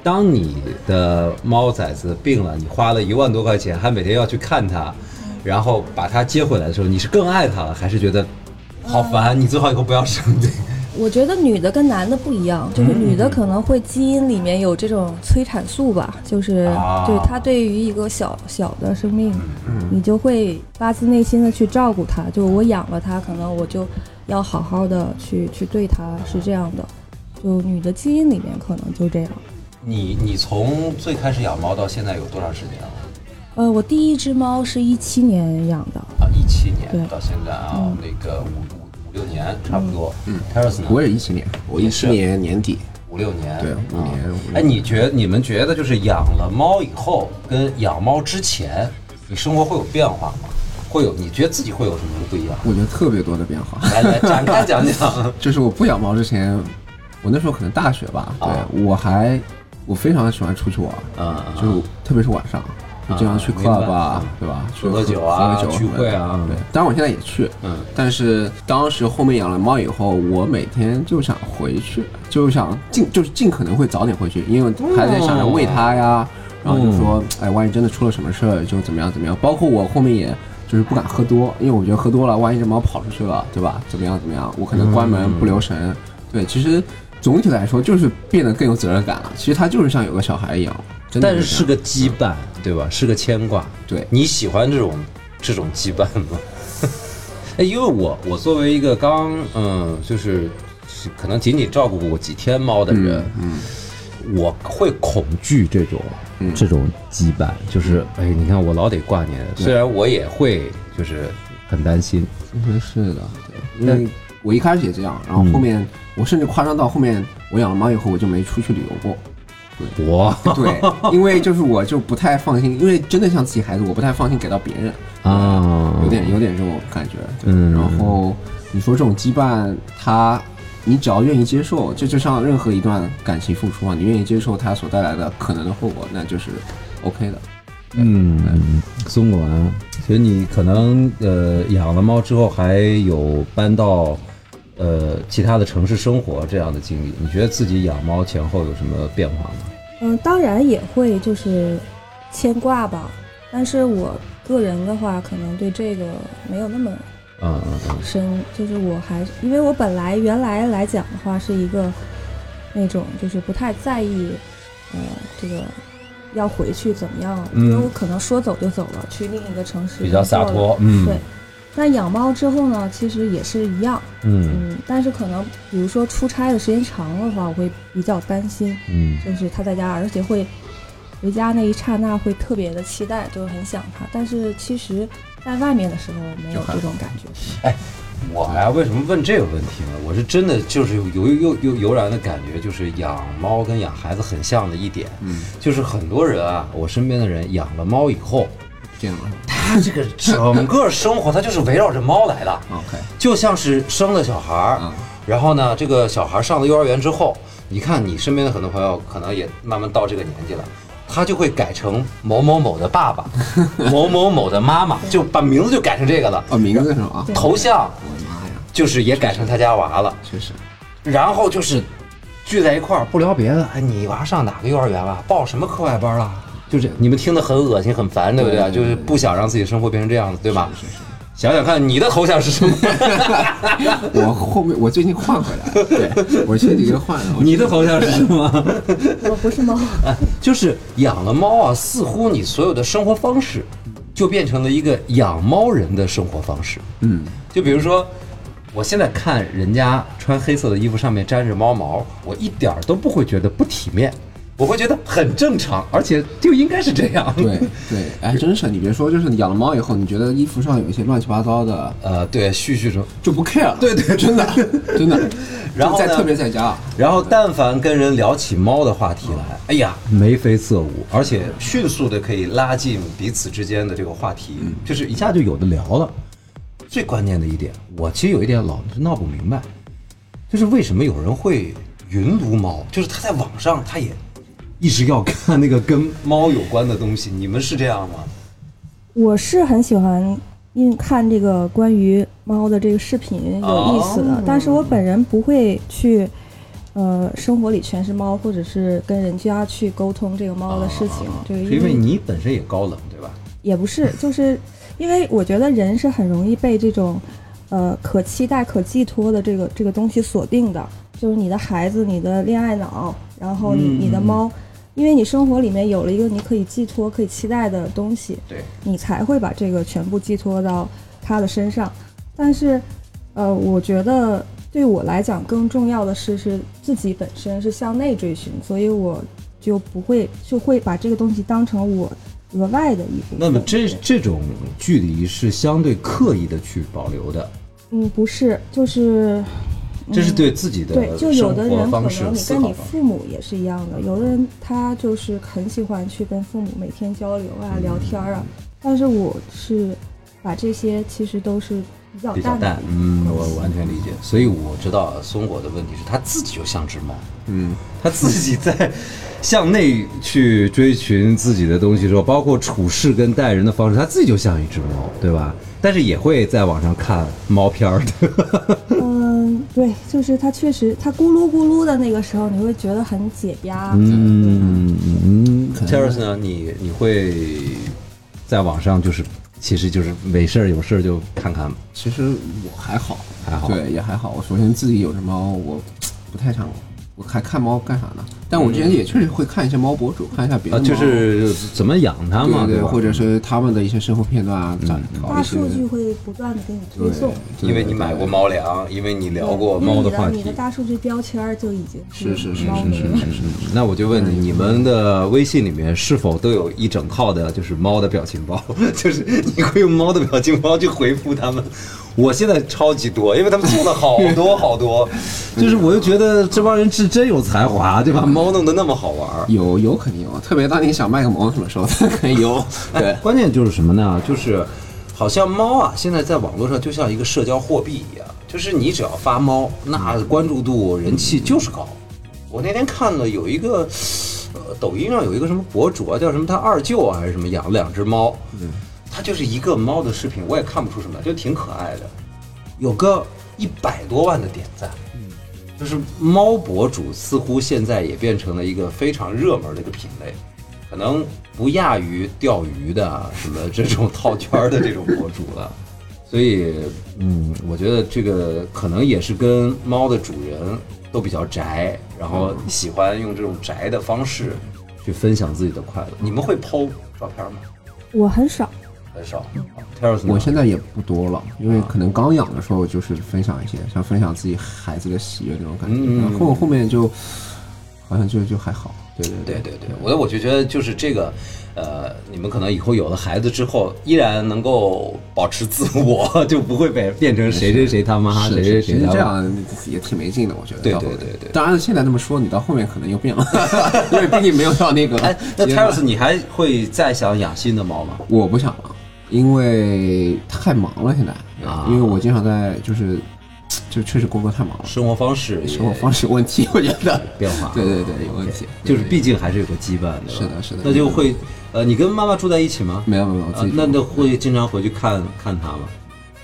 Speaker 1: 当你的猫崽子病了，你花了一万多块钱，还每天要去看它，然后把它接回来的时候，你是更爱它了，还是觉得好烦？你最好以后不要生病。
Speaker 3: 我觉得女的跟男的不一样，就是女的可能会基因里面有这种催产素吧，就是
Speaker 1: 啊嗯
Speaker 3: 对她对于一个小小的生命，你就会发自内心的去照顾她。就我养了她，可能我就要好好的去去对她，是这样的。就女的基因里面可能就这样。
Speaker 1: 你你从最开始养猫到现在有多长时间了？
Speaker 3: 呃，我第一只猫是一七年养的，
Speaker 1: 啊，一七年
Speaker 3: 对
Speaker 1: 到现在啊，那个五五五六年差不多。嗯 t e r r a c 呢？
Speaker 4: 我也一七年，我一七年年底，
Speaker 1: 五六年，
Speaker 4: 对五年
Speaker 1: 啊
Speaker 4: 五年
Speaker 1: 哎，你觉你们觉得就是养了猫以后，跟养猫之前，你生活会有变化吗？会有？你觉得自己会有什么不一样？
Speaker 4: 我觉得特别多的变化。
Speaker 1: 来来，展开讲讲。
Speaker 4: 就是我不养猫之前，我那时候可能大学吧，对、
Speaker 1: 啊
Speaker 4: 我还我非常喜欢出去玩，
Speaker 1: 啊啊
Speaker 4: 就特别是晚上，就经常去
Speaker 1: 明白
Speaker 4: club 啊
Speaker 1: 嗯，
Speaker 4: 对吧？去
Speaker 1: 喝喝酒啊
Speaker 4: 喝个酒
Speaker 1: 聚会啊
Speaker 4: 对。当然我现在也去，
Speaker 1: 嗯
Speaker 4: 但是当时后面养了猫以后，我每天就想回去，就想尽就是尽可能会早点回去，因为还在想着
Speaker 1: 哦
Speaker 4: 喂它呀，然后就说，哎，万一真的出了什么事儿，就怎么样怎么样。包括我后面也。就是不敢喝多，因为我觉得喝多了，万一这猫跑出去了，对吧？怎么样怎么样？我可能关门不留神，对，其实总体来说就是变得更有责任感了。其实它就是像有个小孩一样， 真的
Speaker 1: 但是
Speaker 4: 这样
Speaker 1: 是个羁绊，对吧？是个牵挂。
Speaker 4: 对
Speaker 1: 你喜欢这种这种羁绊吗？ 哎，因为我我作为一个刚嗯，就是是可能仅仅照顾过几天猫的人，嗯，我会恐惧这种、这种羁绊，就是哎，你看我老得挂念，虽然我也会就是很担心，
Speaker 4: 其实是的，对，因为我一开始也这样，然后后面、我甚至夸张到后面我养了猫以后我就没出去旅游过，
Speaker 1: 我
Speaker 4: 对，因为就是我就不太放心，因为真的像自己孩子，我不太放心给到别人，
Speaker 1: 啊，
Speaker 4: 有点有点这种感觉，对，
Speaker 1: 嗯
Speaker 4: 然后你说这种羁绊，它你只要愿意接受，这就像任何一段感情付出啊，你愿意接受它所带来的可能的后果，那就是 OK 的。
Speaker 1: 嗯，松果呢？所以你可能呃养了猫之后，还有搬到呃其他的城市生活这样的经历，你觉得自己养猫前后有什么变化吗？
Speaker 3: 嗯，当然也会就是牵挂吧，但是我个人的话，可能对这个没有那么
Speaker 1: 嗯嗯嗯，
Speaker 3: 深，就是我还因为我本来原来来讲的话是一个那种就是不太在意，呃，这个要回去怎么样，
Speaker 1: 嗯
Speaker 3: 因为我可能说走就走了，去另一个城市
Speaker 1: 比较洒脱嗯
Speaker 3: 对。但养猫之后呢，其实也是一样，
Speaker 1: 嗯
Speaker 3: 嗯，但是可能比如说出差的时间长的话，我会比较担心，
Speaker 1: 嗯
Speaker 3: 就是他在家，而且会回家那一刹那会特别的期待，就是很想他。但是其实，在外面的时候没有这种感觉。
Speaker 1: 我呀，为什么问这个问题呢？我是真的就是有有有有油然的感觉，就是养猫跟养孩子很像的一点，
Speaker 4: 嗯，
Speaker 1: 就是很多人啊，我身边的人养了猫以后，
Speaker 4: 这样啊
Speaker 1: 他这个整个生活他就是围绕着猫来的，
Speaker 4: OK，
Speaker 1: 就像是生了小孩儿，
Speaker 4: 嗯
Speaker 1: 然后呢，这个小孩上了幼儿园之后，你看你身边的很多朋友可能也慢慢到这个年纪了。他就会改成某某某的爸爸，某某某的妈妈，就把名字就改成这个了。
Speaker 4: 哦，名字是吧？啊
Speaker 3: 对
Speaker 1: 头像
Speaker 4: 我的妈呀，
Speaker 1: 就是也改成他家娃了，
Speaker 4: 确实，
Speaker 1: 然后就是聚在一块儿不聊别的，哎，你娃上哪个幼儿园了？报什么课外班了？就这，你们听得很恶心，很烦，对不对啊？
Speaker 4: 对对
Speaker 1: 就
Speaker 4: 对
Speaker 1: 是不想让自己生活变成这样子，对吧？
Speaker 4: 是是。
Speaker 1: 想想看，你的头像是什么？
Speaker 4: 我后面我最近换回来了，对我前几天换了。我
Speaker 1: 你的头像是什么？
Speaker 3: 我不是猫，
Speaker 1: 就是养了猫啊，似乎你所有的生活方式就变成了一个养猫人的生活方式。
Speaker 4: 嗯，
Speaker 1: 就比如说，我现在看人家穿黑色的衣服上面沾着猫毛，我一点儿都不会觉得不体面，我会觉得很正常，而且就应该是这样。
Speaker 4: 对，对，哎，真是你别说，就是你养了猫以后，你觉得衣服上有一些乱七八糟的
Speaker 1: 呃，对，絮絮着。
Speaker 4: 就不 care 了。对对，真的真的。
Speaker 1: 然后
Speaker 4: 在
Speaker 1: 呢
Speaker 4: 特别在家啊，
Speaker 1: 然后，但凡跟人聊起猫的话题来，哎呀，眉飞色舞，而且迅速的可以拉近彼此之间的这个话题，就是一下就有的聊了。最关键的一点，我其实有一点老闹不明白，就是为什么有人会云撸猫？就是他在网上他也一直要看那个跟猫有关的东西，你们是这样吗？
Speaker 3: 我是很喜欢因看这个关于猫的这个视频，有意思的。
Speaker 1: 哦
Speaker 3: 但是我本人不会去，呃，生活里全是猫，或者是跟人家去沟通这个猫的事情，对，
Speaker 1: 哦是因为你本身也高冷，对吧？
Speaker 3: 也 不是，就是因为我觉得人是很容易被这种，呃，可期待、可寄托的这个这个东西锁定的，就是你的孩子、你的恋爱脑，然后你、
Speaker 1: 嗯
Speaker 3: 你的猫，因为你生活里面有了一个你可以寄托、可以期待的东西，
Speaker 1: 对，
Speaker 3: 你才会把这个全部寄托到他的身上。但是，呃，我觉得对我来讲更重要的是，是自己本身是向内追寻，所以我就不会就会把这个东西当成我额外的一部分。
Speaker 1: 那么这
Speaker 3: 对
Speaker 1: 这种距离是相对刻意的去保留的，
Speaker 3: 嗯不是，就是
Speaker 1: 这是对自己的
Speaker 3: 嗯对，就有的
Speaker 1: 生活
Speaker 3: 人可
Speaker 1: 方式
Speaker 3: 能你
Speaker 1: 思
Speaker 3: 跟
Speaker 1: 考
Speaker 3: 你
Speaker 1: 方式
Speaker 3: 父母也是一样的，有的人他就是很喜欢去跟父母每天交流啊、聊天儿啊，
Speaker 1: 嗯
Speaker 3: 但是我是把这些其实都是比较
Speaker 1: 比较
Speaker 3: 淡的
Speaker 1: 淡，嗯，我完全理解。所以我知道松果的问题是他自己就像只猫，
Speaker 4: 嗯，
Speaker 1: 他自己 在向内去追寻自己的东西的时候，包括处事跟待人的方式，他自己就像一只猫，对吧？但是也会在网上看猫片儿的，
Speaker 3: 嗯，对，就是它确实，它咕噜咕噜的那个时候，你会觉得很解压。
Speaker 1: 嗯嗯。
Speaker 4: 可能
Speaker 1: Charles 呢，你你会在网上就是，其实就是没事儿有事儿就看看，
Speaker 4: 其实我还好，
Speaker 1: 还好
Speaker 4: 对，也还好。我首先自己有只猫，我不太想，我还看猫干啥呢？但我之前也确实会看一些猫博主，看一下别
Speaker 1: 嗯
Speaker 4: 的
Speaker 1: 啊，
Speaker 4: 猫，
Speaker 1: 就是怎么养它嘛，
Speaker 4: 对对，
Speaker 1: 吧？嗯
Speaker 4: 或者是他们的一些生活片段啊，找搞
Speaker 3: 大
Speaker 4: 一些
Speaker 3: 数据会不断的给你推
Speaker 4: 对
Speaker 3: 送，，
Speaker 4: 对
Speaker 1: 因为你买过，猫粮，因为你聊过猫
Speaker 3: 的
Speaker 1: 话
Speaker 3: 你
Speaker 1: 题
Speaker 3: 的。大数据标签儿就已经
Speaker 4: 对对是是是
Speaker 3: 猫
Speaker 4: 是
Speaker 3: 咪了
Speaker 4: 是是是。
Speaker 1: 嗯那我就问你，你们的微信里面是否都有一整套的，就是猫的表情包？ 就是你会用猫的表情包去回复他们？我现在超级多，因为他们做了好多好多， 就是我就觉得这帮人是真有才华，对把猫弄得那么好玩儿。
Speaker 4: 有有肯定有，特别当你想卖个萌什么时候，它可能 有。对，
Speaker 1: 关键就是什么呢？就是好像猫啊，现在在网络上就像一个社交货币一样，就是你只要发猫，那关注度、人气就是高。我那天看了有一个，呃，抖音上有一个什么博主啊，叫什么他二舅啊还是什么，养了两只猫，他就是一个猫的视频，我也看不出什么来，就挺可爱的，有个一百多万的点赞。就是猫博主似乎现在也变成了一个非常热门的一个品类，可能不亚于钓鱼的啊什么这种套圈儿的这种博主了。所以，嗯，我觉得这个可能也是跟猫的主人都比较宅，然后喜欢用这种宅的方式去分享自己的快乐。你们会剖照片吗？
Speaker 3: 我很少，
Speaker 1: 很少。Terrace，呢
Speaker 4: 我现在也不多了，因
Speaker 1: 啊
Speaker 4: 为可能刚养的时候就是分享一些，像分享自己孩子的喜悦那种感觉。
Speaker 1: 嗯
Speaker 4: 然后后面就好像就就还好，对对
Speaker 1: 对对对，我我就觉得就是这个，呃，你们可能以后有了孩子之后，依然能够保持自我， 就不会被变成谁谁谁他妈，谁谁
Speaker 4: 是是
Speaker 1: 谁
Speaker 4: 是
Speaker 1: 他妈。
Speaker 4: 这样啊也挺没劲的，我觉得。
Speaker 1: 对
Speaker 4: 到后
Speaker 1: 对
Speaker 4: 面
Speaker 1: 对对
Speaker 4: 当然现在这么说，你到后面可能又变了，因为毕竟没有到那个。
Speaker 1: 哎，那
Speaker 4: 阶段
Speaker 1: Terence，你还会再想养新的猫吗？
Speaker 4: 我不想了，因为太忙了现在，
Speaker 1: 啊
Speaker 4: 因为我经常在就是就确实工作太忙了，
Speaker 1: 生活方式也
Speaker 4: 生活方式有问题，我觉得
Speaker 1: 变化啊
Speaker 4: 对对对，有问题，
Speaker 1: 就是
Speaker 4: 对
Speaker 1: 毕竟还是有个羁绊，对吧？
Speaker 4: 是的是的
Speaker 1: 那就会，呃，你跟妈妈住在一起吗？
Speaker 4: 没有没有，我
Speaker 1: 啊
Speaker 4: 自己，
Speaker 1: 那
Speaker 4: 住
Speaker 1: 那会经常回去看看他吗？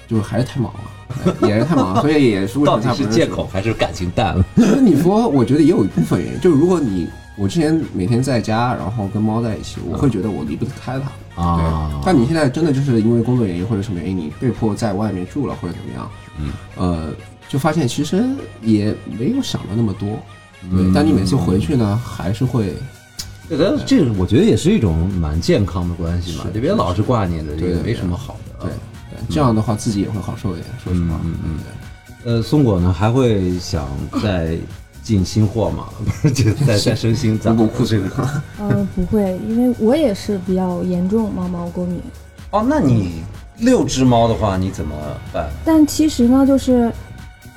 Speaker 4: 就是还是太忙了，哎也是太忙，所以也是为什
Speaker 1: 到
Speaker 4: 么
Speaker 1: 底
Speaker 4: 他
Speaker 1: 是
Speaker 4: 不
Speaker 1: 借口还是感情淡了？
Speaker 4: 那你说，我觉得也有一部分原因，就是如果你我之前每天在家，然后跟猫在一起，我会觉得我离不开它
Speaker 1: 啊
Speaker 4: 对但你现在真的就是因为工作原因或者什么原因，你被迫在外面住了或者怎么样，嗯，呃，就发现其实也没有想的那么多。对，
Speaker 1: 嗯
Speaker 4: 但你每次回去呢，还是会
Speaker 1: 对，但是这个我觉得也是一种蛮健康的关系嘛，就别老是挂念着，这个
Speaker 4: 对对
Speaker 1: 没什么好的。啊
Speaker 4: 对，对这样的话自己也会好受一点。说实话，嗯嗯，
Speaker 1: 呃，松果呢还会想再进新货吗？不是，就再再升新，咱
Speaker 4: 不不
Speaker 1: 这个。
Speaker 3: 呃，不会，因为我也是比较严重猫毛过敏。
Speaker 1: 哦，那你六只猫的话，你怎么办？
Speaker 3: 但其实呢，就是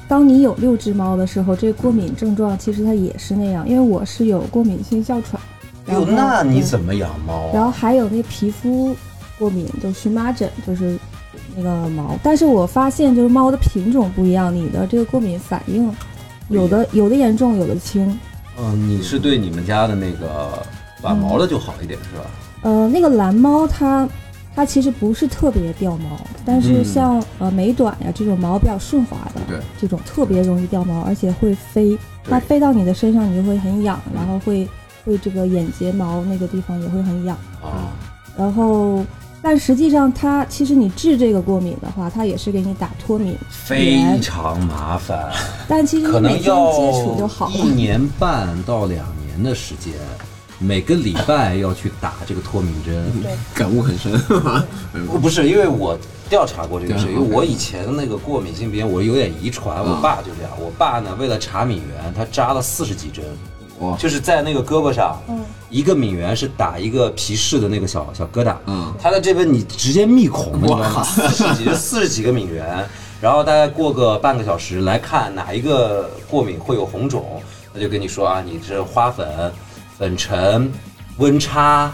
Speaker 3: 当你有六只猫的时候，这过敏症状其实它也是那样，因为我是有过敏性哮喘，然
Speaker 1: 哟
Speaker 3: 后，
Speaker 1: 那你
Speaker 3: 嗯
Speaker 1: 怎么养猫
Speaker 3: 然
Speaker 1: 啊？
Speaker 3: 后还有那皮肤过敏，就荨麻疹，就是那个毛。但是我发现就是猫的品种不一样，你的这个过敏反应，有的有的严重，有的轻。
Speaker 1: 嗯，你是对你们家的那个
Speaker 3: 嗯
Speaker 1: 短毛的就好一点是吧？
Speaker 3: 呃，那个蓝猫它它其实不是特别掉毛，但是
Speaker 1: 嗯
Speaker 3: 像、呃美短呀这种毛比较顺滑的，
Speaker 4: 对
Speaker 3: 这种特别容易掉毛，而且会飞。它飞到你的身上，你就会很痒，然后会会这个眼睫毛那个地方也会很痒。
Speaker 1: 啊，
Speaker 3: 然后，但实际上它其实你治这个过敏的话，它也是给你打脱敏
Speaker 1: 非常麻烦，
Speaker 3: 但其实
Speaker 1: 可
Speaker 3: 你
Speaker 1: 能
Speaker 3: 嗯每天
Speaker 1: 要
Speaker 3: 接触就好
Speaker 1: 一
Speaker 3: 了。
Speaker 1: 年半到两年的时间，每个礼拜要去打这个脱敏针。
Speaker 4: 感 悟很深。
Speaker 1: 我不是，因为我调查过这个事，
Speaker 4: 对
Speaker 1: 因为我以前那个过敏性鼻炎，我有点遗传，我
Speaker 4: 啊
Speaker 1: 爸就这样。我爸呢，为了查敏源，他扎了四十几针，
Speaker 4: 哇，
Speaker 1: 就是在那个胳膊上，一个敏源是打一个皮试的那个小小疙瘩，
Speaker 4: 嗯
Speaker 1: 他在这边你直接密孔了，你知道吗？
Speaker 4: 哇
Speaker 1: 四十几四十几个敏源，然后大概过个半个小时来看哪一个过敏会有红肿，他就跟你说啊，你这花粉、粉尘、温差。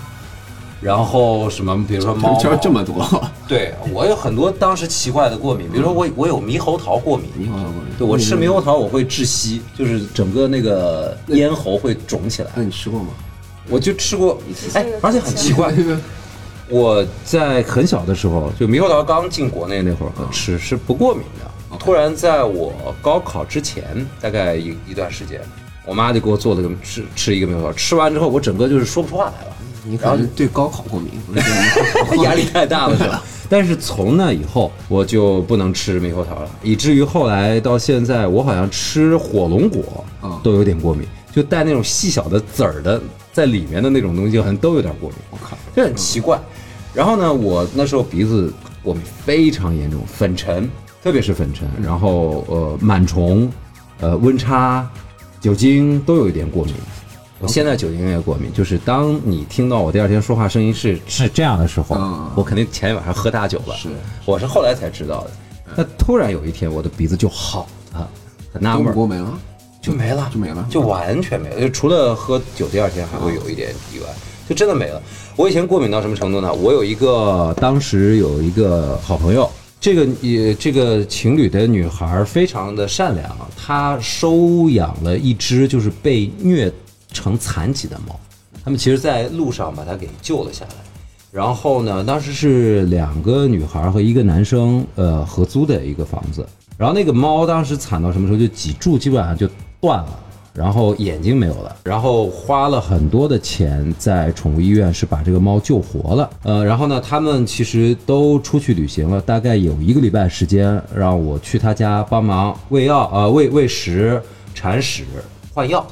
Speaker 1: 然后什么，比如说
Speaker 4: 他
Speaker 1: 猫啊
Speaker 4: 们
Speaker 1: 毛，
Speaker 4: 教这么多，
Speaker 1: 对我有很多当时奇怪的过敏，比如说我我有嗯猕猴桃过敏，
Speaker 4: 你好，小朋友
Speaker 1: 对我吃猕猴桃我会窒息，就是整个那个咽喉会肿起来。
Speaker 4: 那你吃过吗？
Speaker 1: 我就吃过，哎
Speaker 2: 这个，
Speaker 1: 而且很奇怪，嗯我在很小的时候，就猕猴桃刚进国内那会儿吃是不过敏的。突然在我高考之前，大概一一段时间，我妈就给我做了个吃吃一个猕猴桃，吃完之后我整个就是说不出话来了。
Speaker 4: 你可能是对高考过敏，不是对猕猴 桃
Speaker 1: 压力太大了，是吧？但是从那以后，我就不能吃猕猴桃了，以至于后来到现在，我好像吃火龙果
Speaker 4: 啊
Speaker 1: 都有点过敏，就带那种细小的籽儿的在里面的那种东西，好像都有点过敏，
Speaker 4: 我靠，
Speaker 1: 就很奇怪。然后呢，我那时候鼻子过敏非常严重，粉尘，特别是粉尘，然后呃螨虫，呃温差、酒精都有一点过敏。我现在酒精也过敏，就是当你听到我第二天说话声音是是这样的时候，
Speaker 4: 嗯
Speaker 1: 我肯定前一晚上喝大酒了。
Speaker 4: 是嗯
Speaker 1: 我是后来才知道的。那突然有一天，我的鼻子就好了，很纳
Speaker 4: 中
Speaker 1: 闷儿，
Speaker 4: 国没了，
Speaker 1: 就没了，
Speaker 4: 就没了
Speaker 1: 就完全没了。就除了喝酒，第二天还会有一点以外，就真的没了。我以前过敏到什么程度呢？我有一个当时有一个好朋友，这个也这个情侣的女孩非常的善良，她收养了一只就是被虐成残疾的猫，他们其实在路上把它给救了下来。然后呢，当时是两个女孩和一个男生，呃，合租的一个房子。然后那个猫当时惨到什么时候，就脊柱基本上就断了，然后眼睛没有了，然后花了很多的钱在宠物医院是把这个猫救活了。呃，然后呢，他们其实都出去旅行了，大概有一个礼拜时间，让我去他家帮忙喂药，呃，喂喂食、铲屎、换药，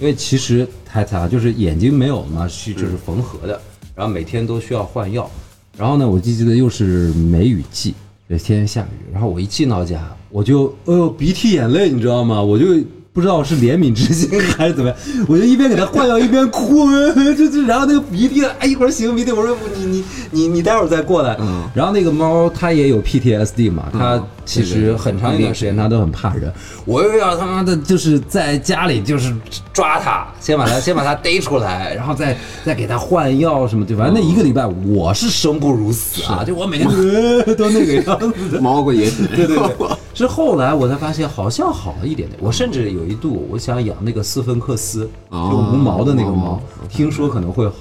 Speaker 1: 因为其实太惨了，就是眼睛没有了嘛，是就是缝合的。然后每天都需要换药，然后呢，我记记得又是梅雨季，对，天天下雨。然后我一进到家，我就哎呦鼻涕眼泪，你知道吗？我就不知道是怜悯之心还是怎么样， 我就一边给他换药一边哎哭，这这，然后那个鼻涕，哎，一会儿擤鼻涕，我说你你你你待会儿再过来。然后那个猫它也有 PTSD 嘛，它其实很长一段时间它都很怕人，我又要他妈的就是在家里就是抓它，先 把它先把它逮出来，然后再再给它换药什么的，反正那一个礼拜我是生不如死啊，就我 每天都都那个样子的。
Speaker 4: 猫过也是，
Speaker 1: 对 对对，是后来我才发现好像好了一点点。我甚至有一度我想养那个斯芬克斯，就
Speaker 4: 哦
Speaker 1: 无毛的那个
Speaker 4: 无
Speaker 1: 猫
Speaker 4: 毛，
Speaker 1: 听说可能会好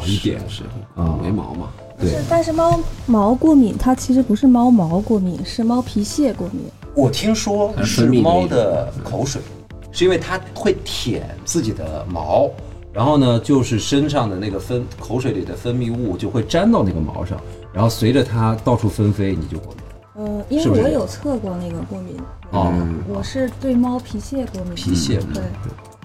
Speaker 1: 好一点。
Speaker 4: 是
Speaker 1: 啊
Speaker 4: 没毛嘛，
Speaker 1: 对
Speaker 3: 是，但是猫毛过敏，它其实不是猫毛过敏，是猫皮屑过敏。
Speaker 1: 我听说
Speaker 4: 是猫
Speaker 1: 的口水，是因为它会舔自己的毛，然后呢，就是身上的那个分口水里的分泌物就会粘到那个毛上，然后随着它到处纷飞，你就过敏。
Speaker 3: 呃，因
Speaker 1: 是不
Speaker 3: 为
Speaker 1: 是
Speaker 3: 我有测过那个过敏，
Speaker 1: 哦，
Speaker 3: 我是对猫皮屑过敏。
Speaker 1: 皮屑嗯
Speaker 3: 对，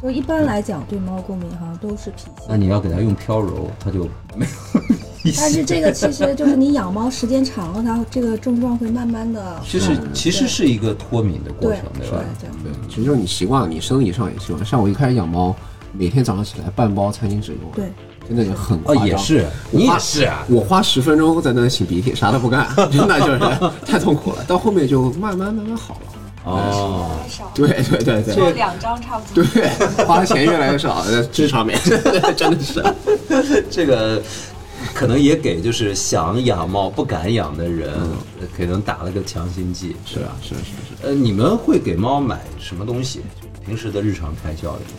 Speaker 3: 就一般来讲对猫过敏好像都是皮
Speaker 1: 那
Speaker 3: 屑。
Speaker 1: 你要给它用飘柔，它就没有一些。
Speaker 3: 但是这个其实就是你养猫时间长了，它这个症状会慢慢的。
Speaker 1: 就是 其实是一个脱敏的过
Speaker 3: 对
Speaker 1: 程，，
Speaker 3: 对
Speaker 1: 对吧？
Speaker 3: 对。
Speaker 4: 对，其实就是你习惯了，你生理上也习惯。像我一开始养猫，每天早上起来半包餐巾纸用完，
Speaker 3: 对，
Speaker 4: 真的就很夸
Speaker 1: 哦，
Speaker 4: 张。
Speaker 1: 也是，
Speaker 4: 我
Speaker 1: 你
Speaker 4: 花
Speaker 1: 也是啊。
Speaker 4: 我花十分钟在那擤鼻涕，啥都不干， 真的就是太痛苦了。到后面就慢慢慢慢好了。
Speaker 1: 哦，
Speaker 3: 嗯
Speaker 4: 对对对对，
Speaker 2: 就两张差不多。
Speaker 4: 对，花的钱越来越少，呃在这上面 真的是。
Speaker 1: 这个可能也给就是想养猫不敢养的人，呃可能打了个强心剂，是吧？
Speaker 4: 是是是，
Speaker 1: 呃，你们会给猫买什么东西？就平时的日常开销里面。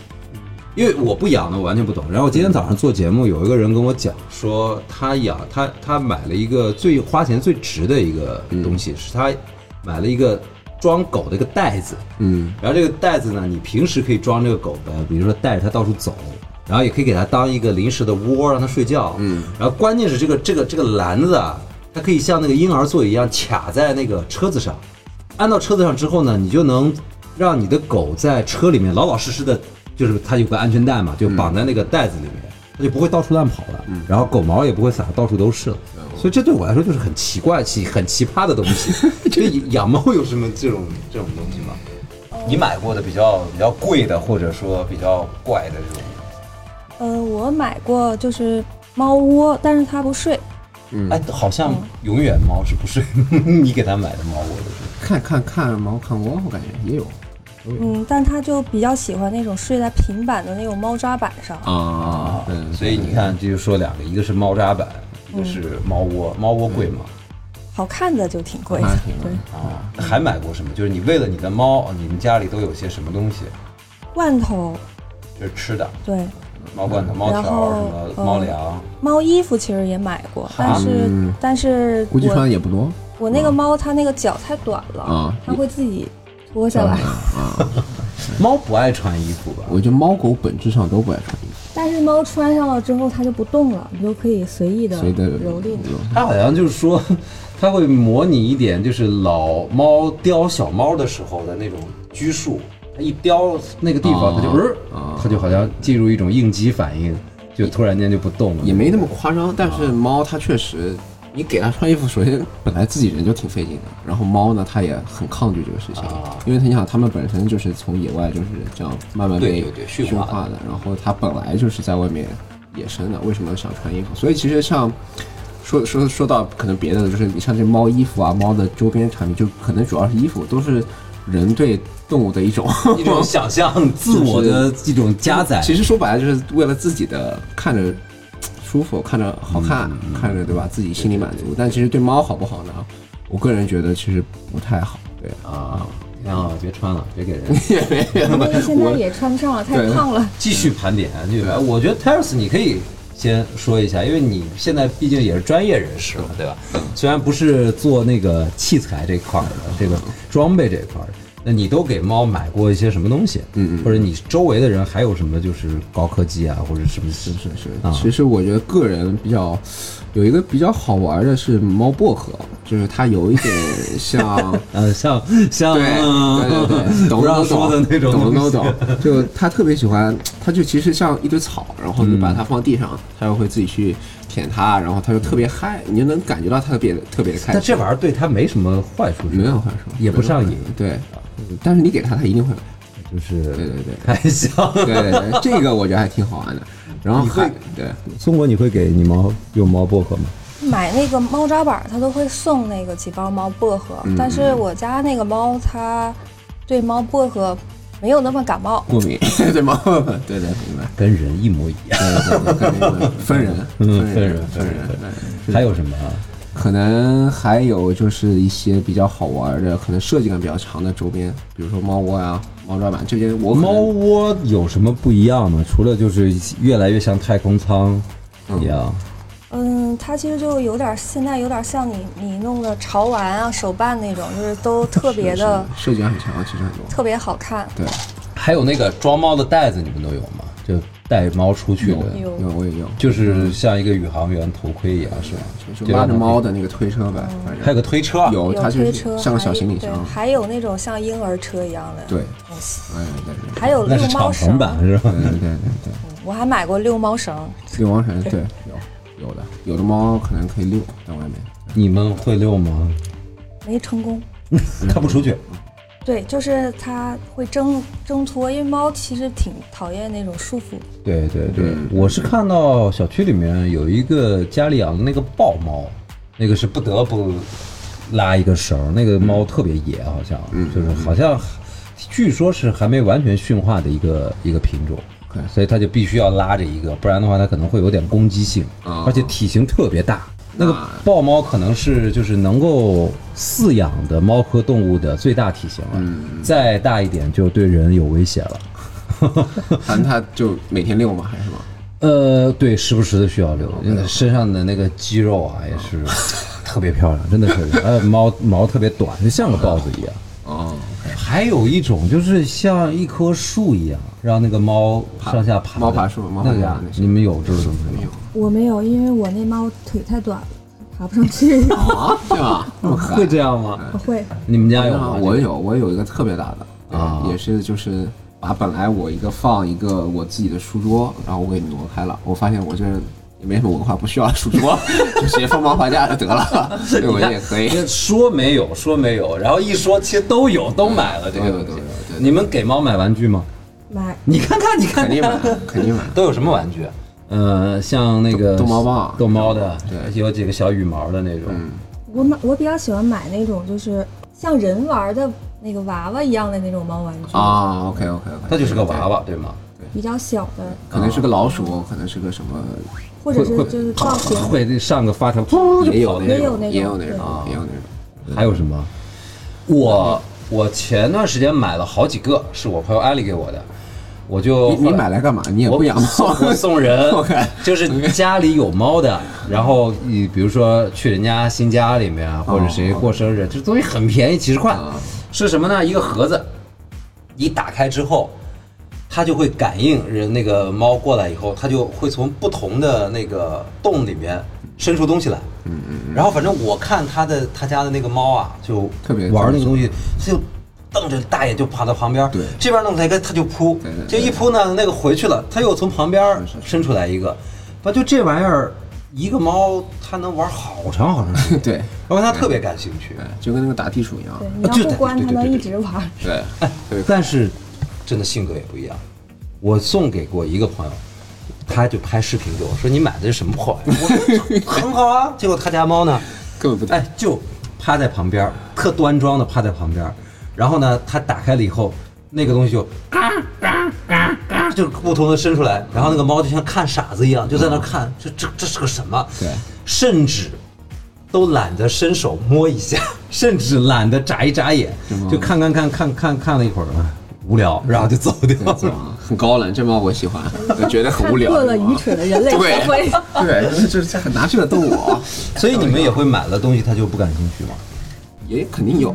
Speaker 1: 因为我不养的，我完全不懂。然后今天早上做节目，有一个人跟我讲说，他养他他买了一个最花钱最值的一个东西，是他买了一个装狗的一个袋子。
Speaker 4: 嗯，
Speaker 1: 然后这个袋子呢，你平时可以装这个狗呗，比如说带着它到处走，然后也可以给它当一个临时的窝，让它睡觉。嗯，然后关键是这个这个这个篮子啊，它可以像那个婴儿座椅一样卡在那个车子上，安到车子上之后呢，你就能让你的狗在车里面老老实实的，就是它有个安全带嘛，就绑在那个袋子里面。它就不会到处乱跑了，然后狗毛也不会撒得到处都是了，所以这对我来说就是很奇怪、奇很奇葩的东西。这养猫有什么这种这种东西吗？你买过的比较比较贵的，或者说比较怪的这种，
Speaker 3: 呃，我买过就是猫窝，但是它不睡。
Speaker 1: 哎，好像永远猫是不 睡，你给它买的猫我都是。
Speaker 4: 看看看毛看窝，我感觉也有
Speaker 3: 嗯，但它就比较喜欢那种睡在平板的那种猫抓板上。
Speaker 4: 啊嗯，
Speaker 1: 所以你看，就是说两个，一个是猫抓板，一个是猫窝，猫窝贵吗？
Speaker 3: 好看的就挺贵
Speaker 4: 好
Speaker 3: 的
Speaker 4: 看挺，贵
Speaker 3: 对，
Speaker 1: 啊，还买过什么？就是你为了你的猫，你们家里都有些什么东西？
Speaker 3: 罐头，
Speaker 1: 就是吃的，
Speaker 3: 对，
Speaker 1: 猫罐头、猫条、
Speaker 3: 然
Speaker 1: 什
Speaker 3: 后
Speaker 1: 么
Speaker 3: 嗯
Speaker 1: 猫粮，
Speaker 3: 猫衣服其实也买过，但是但是
Speaker 4: 嗯估计穿的
Speaker 3: 我
Speaker 4: 也不多
Speaker 3: 我那个猫它那个脚太短了
Speaker 4: 啊，
Speaker 3: 它会自己脱下来，
Speaker 4: 啊。
Speaker 1: 猫不爱穿衣服吧？
Speaker 4: 我觉得猫狗本质上都不爱穿衣服，
Speaker 3: 但是猫穿上了之后它就不动了，你就可以随意的
Speaker 4: 所以的
Speaker 3: 啊蹂躏它。
Speaker 1: 它好像就是说， 它会模拟一点，就是老猫叼小猫的时候的那种拘束，它一叼那个地方，
Speaker 4: 哦
Speaker 1: 它就呃
Speaker 4: 哦，
Speaker 1: 它就好像进入一种应激反应，就突然间就不动了。
Speaker 4: 也没那么夸张，但是猫它确实，你给它穿衣服，首先本来自己人就挺费劲的，然后猫呢，它也很抗拒这个事情
Speaker 1: 啊，
Speaker 4: 因为它你想，它们本身就是从野外就是这样慢慢
Speaker 1: 对
Speaker 4: 被
Speaker 1: 对对驯
Speaker 4: 驯
Speaker 1: 化的
Speaker 4: 化的，然后它本来就是在外面野生的，为什么想穿衣服？所以其实像。说说说到可能别的，就是你像这猫衣服啊，猫的周边产品，就可能主要是衣服，都是人对动物的一种
Speaker 1: 一种想象、 自我的一种加载。
Speaker 4: 其实说白了就是为了自己的看着
Speaker 1: 嗯
Speaker 4: 舒服、看着好看、看着对吧，自己心里满足。但其实对猫好不好呢？我个人觉得其实不太好，对
Speaker 1: 啊，啊，别穿了，别给人。
Speaker 4: 也没有
Speaker 3: 那 个现在也穿不上了，太
Speaker 4: 对
Speaker 3: 胖了。
Speaker 1: 继续盘点，继续盘。我觉得 Terrace 你可以先说一下，因为你现在毕竟也是专业人士嘛，对吧？虽然不是做那个器材这块儿的，这个装备这块儿的，那你都给猫买过一些什么东西？
Speaker 4: 嗯嗯
Speaker 1: 或者你周围的人还有什么就是高科技啊，或者什么是
Speaker 4: 是是
Speaker 1: 啊。
Speaker 4: 是，其实我觉得个人比较有一个比较好玩的是猫薄荷，就是它有一点像
Speaker 1: 呃，像像
Speaker 4: 对对对对，懂
Speaker 1: 不让
Speaker 4: 都
Speaker 1: 说的
Speaker 4: 懂
Speaker 1: 那种
Speaker 4: 懂
Speaker 1: 东
Speaker 4: 都
Speaker 1: 西
Speaker 4: 懂。就它特别喜欢，它就其实像一堆草，然后你把它放地上，它就会自己去舔它，然后它就特别嗨，你就能感觉到它特别特别的开
Speaker 1: 但
Speaker 4: 心。
Speaker 1: 这玩意儿对它没什么坏处，是吧
Speaker 4: 没有话说，
Speaker 1: 也不上瘾，
Speaker 4: 对，但是你给它，它一定会来。
Speaker 1: 就是
Speaker 4: 对对对
Speaker 1: 开箱。
Speaker 4: 对对对，这个我觉得还挺好玩的。然后
Speaker 1: 你会
Speaker 4: 还对，
Speaker 5: 中国你会给你猫用猫薄荷吗？
Speaker 2: 买那个猫抓板儿，它都会送那个几包猫薄荷，
Speaker 4: 嗯
Speaker 2: 但是我家那个猫它对猫薄荷没有那么感冒。
Speaker 4: 过敏，对吗？对对，明白。
Speaker 1: 跟人一模一样，
Speaker 4: 对对对对，分人，
Speaker 1: 嗯
Speaker 4: 分
Speaker 1: 分人
Speaker 4: 分人。对
Speaker 1: 还有什么啊？
Speaker 4: 可能还有就是一些比较好玩的，可能设计感比较强的周边，比如说猫窝啊、猫抓板这边我可能
Speaker 5: 猫窝有什么不一样吗？除了就是越来越像太空舱一样，
Speaker 2: 嗯，它其实就有点儿，现在有点儿像你你弄的潮玩啊、手办那种，就是都特别的
Speaker 4: 是设计感很强，其实很多。
Speaker 2: 特别好看。
Speaker 4: 对，
Speaker 1: 还有那个装猫的袋子，你们都有吗？就带猫出去
Speaker 4: 有
Speaker 1: 的，
Speaker 4: 有我也有，
Speaker 1: 就是像一个宇航员头盔一样，是吗？
Speaker 4: 就就拉着猫的那个推车呗，反
Speaker 1: 还有
Speaker 4: 正
Speaker 1: 个推车，
Speaker 4: 有它就
Speaker 2: 推
Speaker 4: 是
Speaker 2: 车，
Speaker 4: 像个小
Speaker 2: 还
Speaker 4: 行李
Speaker 2: 对
Speaker 4: 箱，
Speaker 2: 还有那种像婴儿车一样的
Speaker 4: 对，
Speaker 2: 东西，
Speaker 4: 哎对对对
Speaker 2: 还有
Speaker 1: 那
Speaker 2: 遛
Speaker 1: 是
Speaker 2: 猫
Speaker 1: 敞篷
Speaker 2: 绳，
Speaker 1: 版是吧？
Speaker 4: 对对对对
Speaker 2: 我还买过遛猫绳，
Speaker 4: 对，遛猫绳对有有的，有的猫可能可以遛在外面，
Speaker 1: 你们会遛吗？
Speaker 2: 没成功。
Speaker 1: 它不出去，
Speaker 2: 对，就是它会挣挣脱，因为猫其实挺讨厌那种束缚。
Speaker 1: 对对对
Speaker 4: 嗯，
Speaker 1: 我是看到小区里面有一个家里养的那个豹猫，那个是不得不拉一个绳儿，那个猫特别野，好像，
Speaker 4: 嗯
Speaker 1: 就是好像据说是还没完全驯化的一个一个品种。
Speaker 4: OK
Speaker 1: 所以它就必须要拉着一个，不然的话它可能会有点攻击性，
Speaker 4: 啊
Speaker 1: 而且体型特别大。那个
Speaker 4: 那
Speaker 1: 豹猫可能是就是能够饲养的猫科动物的最大体型了，
Speaker 4: 嗯
Speaker 1: 再大一点就对人有威胁了。
Speaker 4: 反正它就每天遛嘛，还是什么？
Speaker 1: 呃，对，时不时的需要
Speaker 4: 哦
Speaker 1: 留，真的身上的那个肌肉啊，也是 特别漂亮，真的特别漂亮。呃， 毛毛特别短，就像个豹子一样。
Speaker 4: 哦，
Speaker 1: 还有一种就是像一棵树一样，让那个猫上下爬的。
Speaker 4: 猫爬树猫爬
Speaker 1: 那个
Speaker 4: 架那些嗯
Speaker 1: 你们有这种东西吗？
Speaker 3: 我没有，因为我那猫腿太短了，爬不上去。
Speaker 4: 啊，对吧？那么可爱
Speaker 1: 会。这样吗？
Speaker 3: 我会，
Speaker 1: 你们家有
Speaker 4: 啊
Speaker 1: 吗？
Speaker 4: 嗯我有，我有一个特别大的
Speaker 1: 啊
Speaker 4: 也是就是把本来我一个放一个我自己的书桌，然后我给挪开了，我发现我这人也没什么文化，不需要书桌， 就直接放猫爬架就得了， 对我也可以。
Speaker 1: 你看说没有，说没有，然后一说其实都有，都买了这
Speaker 4: 都有
Speaker 1: 个东
Speaker 4: 都
Speaker 1: 西
Speaker 4: 有对。对
Speaker 1: 你们给猫买玩具吗？
Speaker 3: 买
Speaker 1: 你看看，你看
Speaker 4: 肯定买啊
Speaker 1: 看，，
Speaker 4: 肯定买。
Speaker 1: 都有什么玩具？呃，像那个
Speaker 4: 逗逗猫棒啊
Speaker 1: 逗猫的，
Speaker 4: 对
Speaker 1: 有几个小羽毛的那种。
Speaker 4: 嗯
Speaker 3: 我买，我比较喜欢买那种就是像人玩的那个娃娃一样的那种猫玩具，
Speaker 4: 啊，OK OK OK，
Speaker 1: 它就是个娃，娃，对吗？
Speaker 3: 比较小的，
Speaker 4: 可能是个老
Speaker 1: 啊
Speaker 4: 鼠，可能是个什么，
Speaker 3: 或者是就是造型。
Speaker 1: 会上个发条，噗
Speaker 4: 也
Speaker 1: 就
Speaker 4: 有
Speaker 1: 跑的那
Speaker 4: 那
Speaker 3: 也有
Speaker 1: 种。
Speaker 4: 种，
Speaker 3: 那种
Speaker 4: 也有那
Speaker 3: 对
Speaker 4: 种，也有那种。
Speaker 1: 还有什么？我我前段时间买了好几个，是我朋友安利给我的，我就
Speaker 4: 你你买来干嘛？你也
Speaker 1: 我
Speaker 4: 不养猫？
Speaker 1: 我送人
Speaker 4: OK
Speaker 1: 就是家里有猫的，然后你比如说去人家新家里面，啊或
Speaker 4: 哦
Speaker 1: 者谁过生日，这东西很便宜，几十块
Speaker 4: 啊，
Speaker 1: 是什么呢？一个盒子，你打开之后。它就会感应人那个猫过来以后，它就会从不同的那个洞里面伸出东西来。嗯嗯。然后反正我看他的他家的那个猫啊，就
Speaker 4: 特别
Speaker 1: 玩那个东西，它就瞪着大眼就跑到旁边，
Speaker 4: 对
Speaker 1: 这边弄它一个，它就扑
Speaker 4: 对对，
Speaker 1: 这一扑呢，那个回去了，它又从旁边伸出来一个，反正就这玩意儿，一个猫它能玩好长好长时间，
Speaker 4: 对，
Speaker 1: 然后它特别感兴趣
Speaker 4: 对，就跟那个打地鼠一样
Speaker 3: 对，。你要
Speaker 1: 就
Speaker 3: 不关
Speaker 1: 啊对对对
Speaker 3: 它能
Speaker 1: 对
Speaker 3: 一
Speaker 1: 对
Speaker 3: 直玩。
Speaker 4: 对，对，
Speaker 1: 哎但是真的性格也不一样。我送给过一个朋友，他就拍视频给我说：“你买的是什么破玩意儿？”我说：“ 很好啊。”结果他家猫呢，
Speaker 4: 根 本不
Speaker 1: 哎，就趴在旁边儿，特端庄的趴在旁边儿。然后呢，他打开了以后，那个东西就嘎嘎嘎嘎，就不同的伸出来。然后那个猫就像看傻子一样，就在那儿看，这这这是个什么？
Speaker 4: 对，
Speaker 1: 甚至都懒得伸手摸一下， 甚至懒得眨一眨眼
Speaker 4: 是吗，
Speaker 1: 就看看看看看看了一会儿，无聊，然后就走掉了。
Speaker 4: 很高冷，这猫我 喜欢，我觉得很无聊。
Speaker 3: 过了
Speaker 4: 这猫
Speaker 3: 愚蠢的人类社
Speaker 4: 对
Speaker 3: 会。
Speaker 4: 对，就是就是很拿这个逗我，
Speaker 1: 所以你们也会买了东西，它就不感兴趣吗？
Speaker 4: 也肯定有，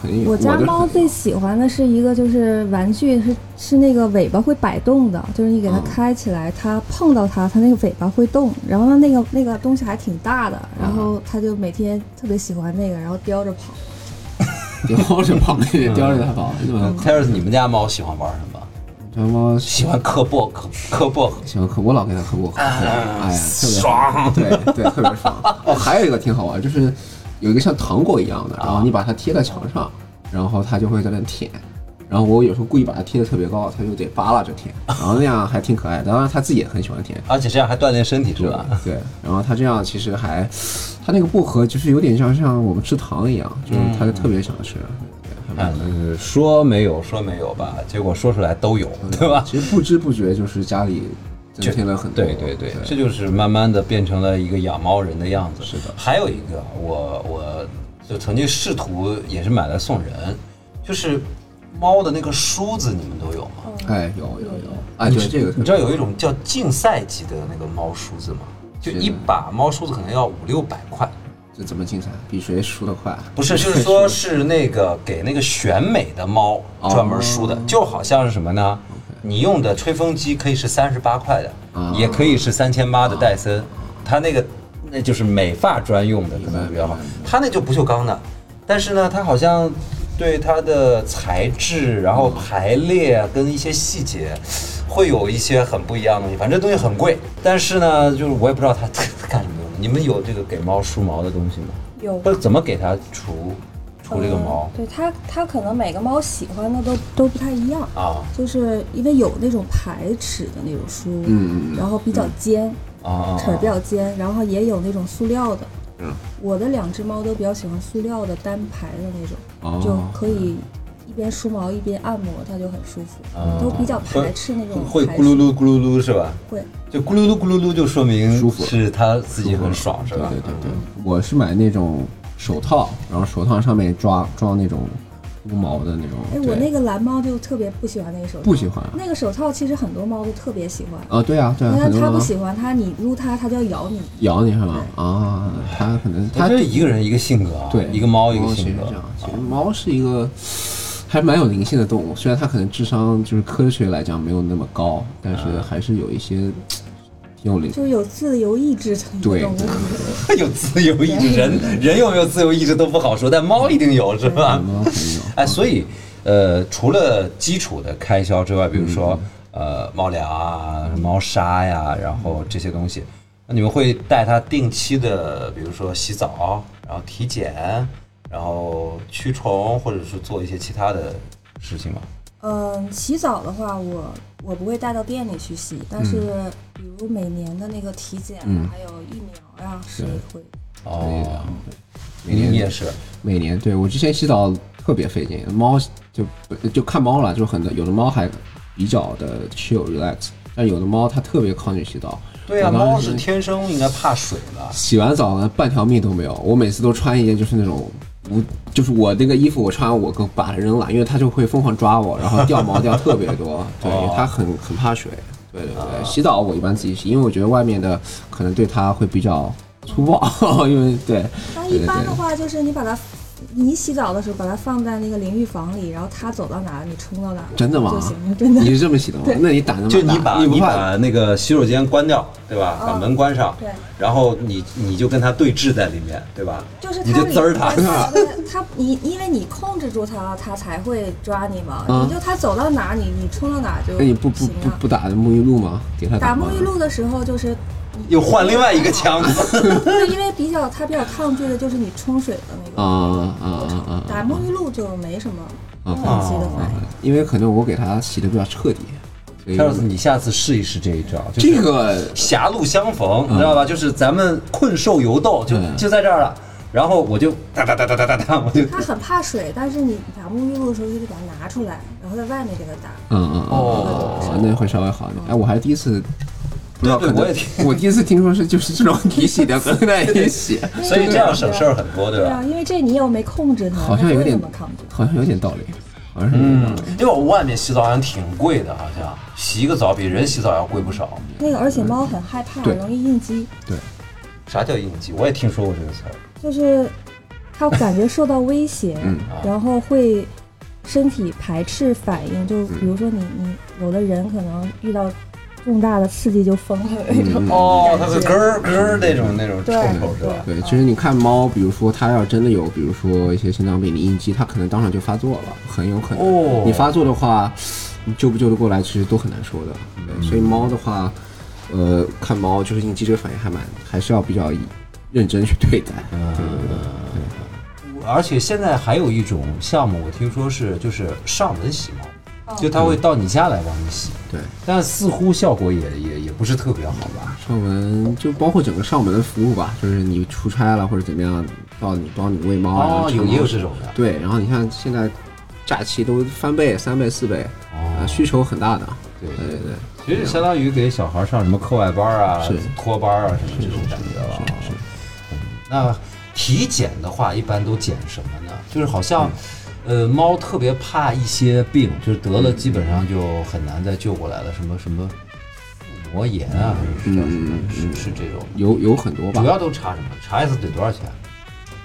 Speaker 4: 肯定有。
Speaker 3: 我家
Speaker 4: 都是
Speaker 3: 猫最喜欢的是一个就是玩具，是是那个尾巴会摆动的，就是你给它开起来，它碰到它，它那个尾巴会动。然后它那个那个东西还挺大的，然后它就每天特别喜欢那个，然后叼着跑。
Speaker 4: 叼着跑，叼着它跑，这么
Speaker 1: t e r r e 你们家猫喜欢玩什么？
Speaker 4: 这猫喜
Speaker 1: 喜欢磕薄荷，磕薄荷。
Speaker 4: 喜欢喝，我老给它喝薄荷，哎呀，特别爽，对对，特别爽。哦，还有一个挺好玩，就是有一个像糖果一样的，然后你把它贴在墙上，然后它就会在那舔。然后我有时候故意把它贴得特别高，它就得扒拉着舔，然后那样还挺可爱的。当然它自己也很喜欢舔，
Speaker 1: 而且这样还锻炼身体是吧？
Speaker 4: 对，然后它这样其实还，它那个薄荷就是有点像像我们吃糖一样，就是它特别想吃。对对还蛮
Speaker 1: 嗯，说没有说没有吧，结果说出来都有， 对吧？
Speaker 4: 其实不知不觉就是家里增添了很多。
Speaker 1: 对对对，这就是慢慢的变成了一个养猫人的样子。
Speaker 4: 是的
Speaker 1: 还有一个，我我就曾经试图也是买来送人，就是猫的那个梳子，你们都有吗？
Speaker 4: 哎，有有有，哎，对这个
Speaker 1: 你
Speaker 4: 特别
Speaker 1: 知道有一种叫竞赛级的那个猫梳子吗？就一把猫梳子可能要五六百块。
Speaker 4: 这怎么竞赛？比谁输得快？
Speaker 1: 不是，就是说 是哦那个给那个选美的猫专门梳的，就好像是什么呢？你用的吹风机可以是三十八块的
Speaker 4: 啊，
Speaker 1: 也可以是三千八的戴森，它那个那就是美发专用的，可能比较好
Speaker 4: 明白明。
Speaker 1: 它那就不锈钢的，但是呢，它好像对它的材质，然后排列啊跟一些细节。会有一些很不一样的东西，反正这东西很贵，但是呢，就是我也不知道它 干什么用的。你们有这个给猫梳毛的东西吗？
Speaker 2: 有
Speaker 1: 不是怎么给它除除这个毛
Speaker 3: 嗯、对它，它可能每个猫喜欢的都都不太一样，
Speaker 1: 啊
Speaker 3: 就是因为有那种排齿的那种梳，
Speaker 4: 嗯嗯嗯
Speaker 3: 然后比较尖，
Speaker 1: 啊
Speaker 4: 哦
Speaker 1: 啊！
Speaker 3: 齿儿
Speaker 1: 啊
Speaker 3: 比较尖，然后也有那种塑料的。
Speaker 4: 嗯
Speaker 3: 我的两只猫都比较喜欢塑料的单排的那种，
Speaker 4: 哦
Speaker 3: 就可以一边梳毛一边按摩，它就很舒服。
Speaker 1: 哦
Speaker 3: 都比较排斥那种
Speaker 1: 会
Speaker 3: 排
Speaker 1: 咕噜
Speaker 3: 斥，
Speaker 1: 噜咕噜噜是吧？
Speaker 3: 会
Speaker 1: 就咕噜噜咕噜噜就说明
Speaker 4: 舒服
Speaker 1: 是它自己很爽是
Speaker 4: 对
Speaker 1: 吧？嗯
Speaker 4: 对对对，我是买那种手套，然后手套上面抓装那种乌毛的那种。
Speaker 3: 哎，
Speaker 4: 对
Speaker 3: 我那个蓝猫就特别不喜欢那个手套，
Speaker 4: 不喜欢啊
Speaker 3: 那个手套。其实很多猫都特别喜欢，
Speaker 4: 啊，对啊对啊，
Speaker 3: 因
Speaker 4: 很
Speaker 3: 为
Speaker 4: 多
Speaker 3: 它
Speaker 4: 人
Speaker 3: 不喜欢它，你撸它，它就要咬你。
Speaker 4: 咬你是吧？啊，它可能
Speaker 1: 它
Speaker 4: 它
Speaker 1: 这一个人一个性格啊，
Speaker 4: 对
Speaker 1: 一个猫一
Speaker 4: 猫
Speaker 1: 个
Speaker 4: 其实
Speaker 1: 性
Speaker 4: 是
Speaker 1: 格啊
Speaker 4: 这样， 其实猫是一个。还蛮有灵性的动物，虽然它可能智商就是科学来讲没有那么高，但是
Speaker 1: 啊
Speaker 4: 还是有一些嘖挺有灵。
Speaker 3: 就是有自由意志的一个
Speaker 4: 对
Speaker 3: 动物。
Speaker 1: 有自由意志，人人有没有自由意志都不好说，但猫一定有是吧？
Speaker 4: 猫可能有
Speaker 1: 哎，所以呃，除了基础的开销之外，比如说、呃猫粮啊、猫砂呀、然后这些东西，那你们会带它定期的，比如说洗澡，然后体检，然后驱虫，或者是做一些其他的事情吗？
Speaker 3: 嗯，洗澡的话，我我不会带到店里去洗，但是比如每年的那个体检啊，还有疫苗呀、是会。
Speaker 1: 哦，
Speaker 4: 每年
Speaker 1: 你也是，
Speaker 4: 每年对我之前洗澡特别费劲，猫就不就看猫了，就很多有的猫还比较的 chill relax，但有的猫它特别抗拒洗澡。
Speaker 1: 对啊，
Speaker 4: 我当时
Speaker 1: 猫是天生应该怕水的。
Speaker 4: 洗完澡呢，半条命都没有。我每次都穿一件就是那种无，就是我那个衣服我穿完我给把它扔了，因为它就会疯狂抓我，然后掉毛掉特别 多。对
Speaker 1: 哦，
Speaker 4: 它很很怕水。对对
Speaker 3: 啊
Speaker 4: 对，洗澡我一般自己洗，因为我觉得外面的可能对它会比较粗暴， 因为对
Speaker 3: 那
Speaker 4: 对
Speaker 3: 一
Speaker 4: 对
Speaker 3: 般
Speaker 4: 对
Speaker 3: 的。话，就是你把它，你洗澡的时候把它放在那个淋浴房里，然后它走到哪儿你冲到哪儿，
Speaker 4: 真的吗
Speaker 3: 就行了，真的
Speaker 4: 你。是这么洗的吗？那你胆子蛮
Speaker 1: 就你
Speaker 4: 大
Speaker 1: 把
Speaker 4: 你不
Speaker 1: 你
Speaker 4: 怕
Speaker 1: 把那个洗手间关掉，对吧？把门关上，
Speaker 3: 嗯对
Speaker 1: 然后你你就跟它对峙在里面，对吧？
Speaker 3: 就是它
Speaker 1: 你就滋儿它，
Speaker 3: 它，它你因为你控制住它，它才会抓你嘛。
Speaker 4: 嗯
Speaker 3: 你就它走到哪儿，你你冲到哪儿就
Speaker 4: 哎那你不不
Speaker 3: 行
Speaker 4: 不
Speaker 3: 了。
Speaker 4: 不打沐浴露吗？给他
Speaker 3: 打
Speaker 4: 吗
Speaker 3: 沐浴露的时候就是 哦
Speaker 1: 又换另外一个枪。
Speaker 3: 对，因为比较它比较抗拒的就是你冲水的那个
Speaker 4: 啊啊啊啊
Speaker 3: 打沐浴露就没什么
Speaker 4: 啊
Speaker 3: 很
Speaker 4: 啊！
Speaker 3: 急的反应。
Speaker 4: 因为可能我给他洗的比较彻底，所以
Speaker 1: 要是你下次试一试这一招，就是嗯
Speaker 4: 这个
Speaker 1: 狭路相逢，你知道吧？就是咱们困兽犹斗，就
Speaker 4: 嗯
Speaker 1: 就在这儿了。然后我就哒哒哒哒哒哒哒，我就
Speaker 3: 它很怕水，但是你打沐浴露的时候就得把它拿出来，然后在外面给它打。
Speaker 4: 嗯嗯嗯嗯
Speaker 1: 哦
Speaker 4: 嗯那会稍微好一点。哎，我还第一次不
Speaker 5: 知道，可能
Speaker 4: 我也听，我第一次听说是就是这种一洗的合在一起，
Speaker 1: 所以这样省事儿很多，对
Speaker 3: 对
Speaker 1: 吧
Speaker 3: 啊，？因为这你又没控制它，
Speaker 4: 好像有点
Speaker 3: 它不会那么抗拒。
Speaker 4: 好像有点道理，好像是有点道
Speaker 1: 嗯
Speaker 4: 理。，
Speaker 1: 因为我外面洗澡好像挺贵的，好像洗一个澡比人洗澡要贵不少。
Speaker 3: 那个，而且猫很害怕，
Speaker 4: 对
Speaker 3: 容易应激，
Speaker 1: 啥叫应激？我也听说过这个词儿
Speaker 3: 就是它感觉受到威胁，
Speaker 4: 嗯
Speaker 3: 然后会身体排斥反应。就
Speaker 4: 嗯
Speaker 3: 比如说你你有的人可能遇到重大的刺激就疯了那种。
Speaker 4: 嗯
Speaker 1: 哦，它是咯儿咯儿那种那种
Speaker 3: 对
Speaker 1: 冲口是吧？
Speaker 4: 对，其实你看猫，比如说它要真的有，比如说一些心脏病的应激，它可能当场就发作了，很有可能。
Speaker 1: 哦
Speaker 4: 你发作的话，你救不救得过来，其实都很难说的。对，所以猫的话，呃，看猫就是应激这个反应还蛮，还是要比较认真去对待。对对对。
Speaker 1: 而且现在还有一种项目，我听说是就是上门洗猫，就它会到你家来帮你洗，
Speaker 4: 对，
Speaker 1: 但似乎效果也也也不是特别好吧？
Speaker 4: 上门就包括整个上门的服务吧，就是你出差了或者怎么样，到你帮你喂猫啊。然后
Speaker 1: 哦，
Speaker 4: 铲
Speaker 1: 有
Speaker 4: 猫
Speaker 1: 也有这种的，
Speaker 4: 对，然后你看现在假期都翻倍、三倍、四倍，
Speaker 1: 哦
Speaker 4: 呃，需求很大的。
Speaker 1: 对
Speaker 4: 对对
Speaker 1: 其
Speaker 4: 对。
Speaker 1: 实相当于给小孩上什么课外班啊
Speaker 4: 是、
Speaker 1: 托班啊什么这种感觉了啊。
Speaker 4: 是是
Speaker 1: 那体检的话，一般都检什么呢？就是好像，
Speaker 4: 嗯
Speaker 1: 呃，猫特别怕一些病，就是得
Speaker 4: 嗯
Speaker 1: 了基本上就很难再救过来了，什么什么腹膜炎啊，
Speaker 4: 嗯
Speaker 1: 还是叫什么？是是这种。
Speaker 4: 有有很多吧，
Speaker 1: 主要都查什么？查一次得多少钱？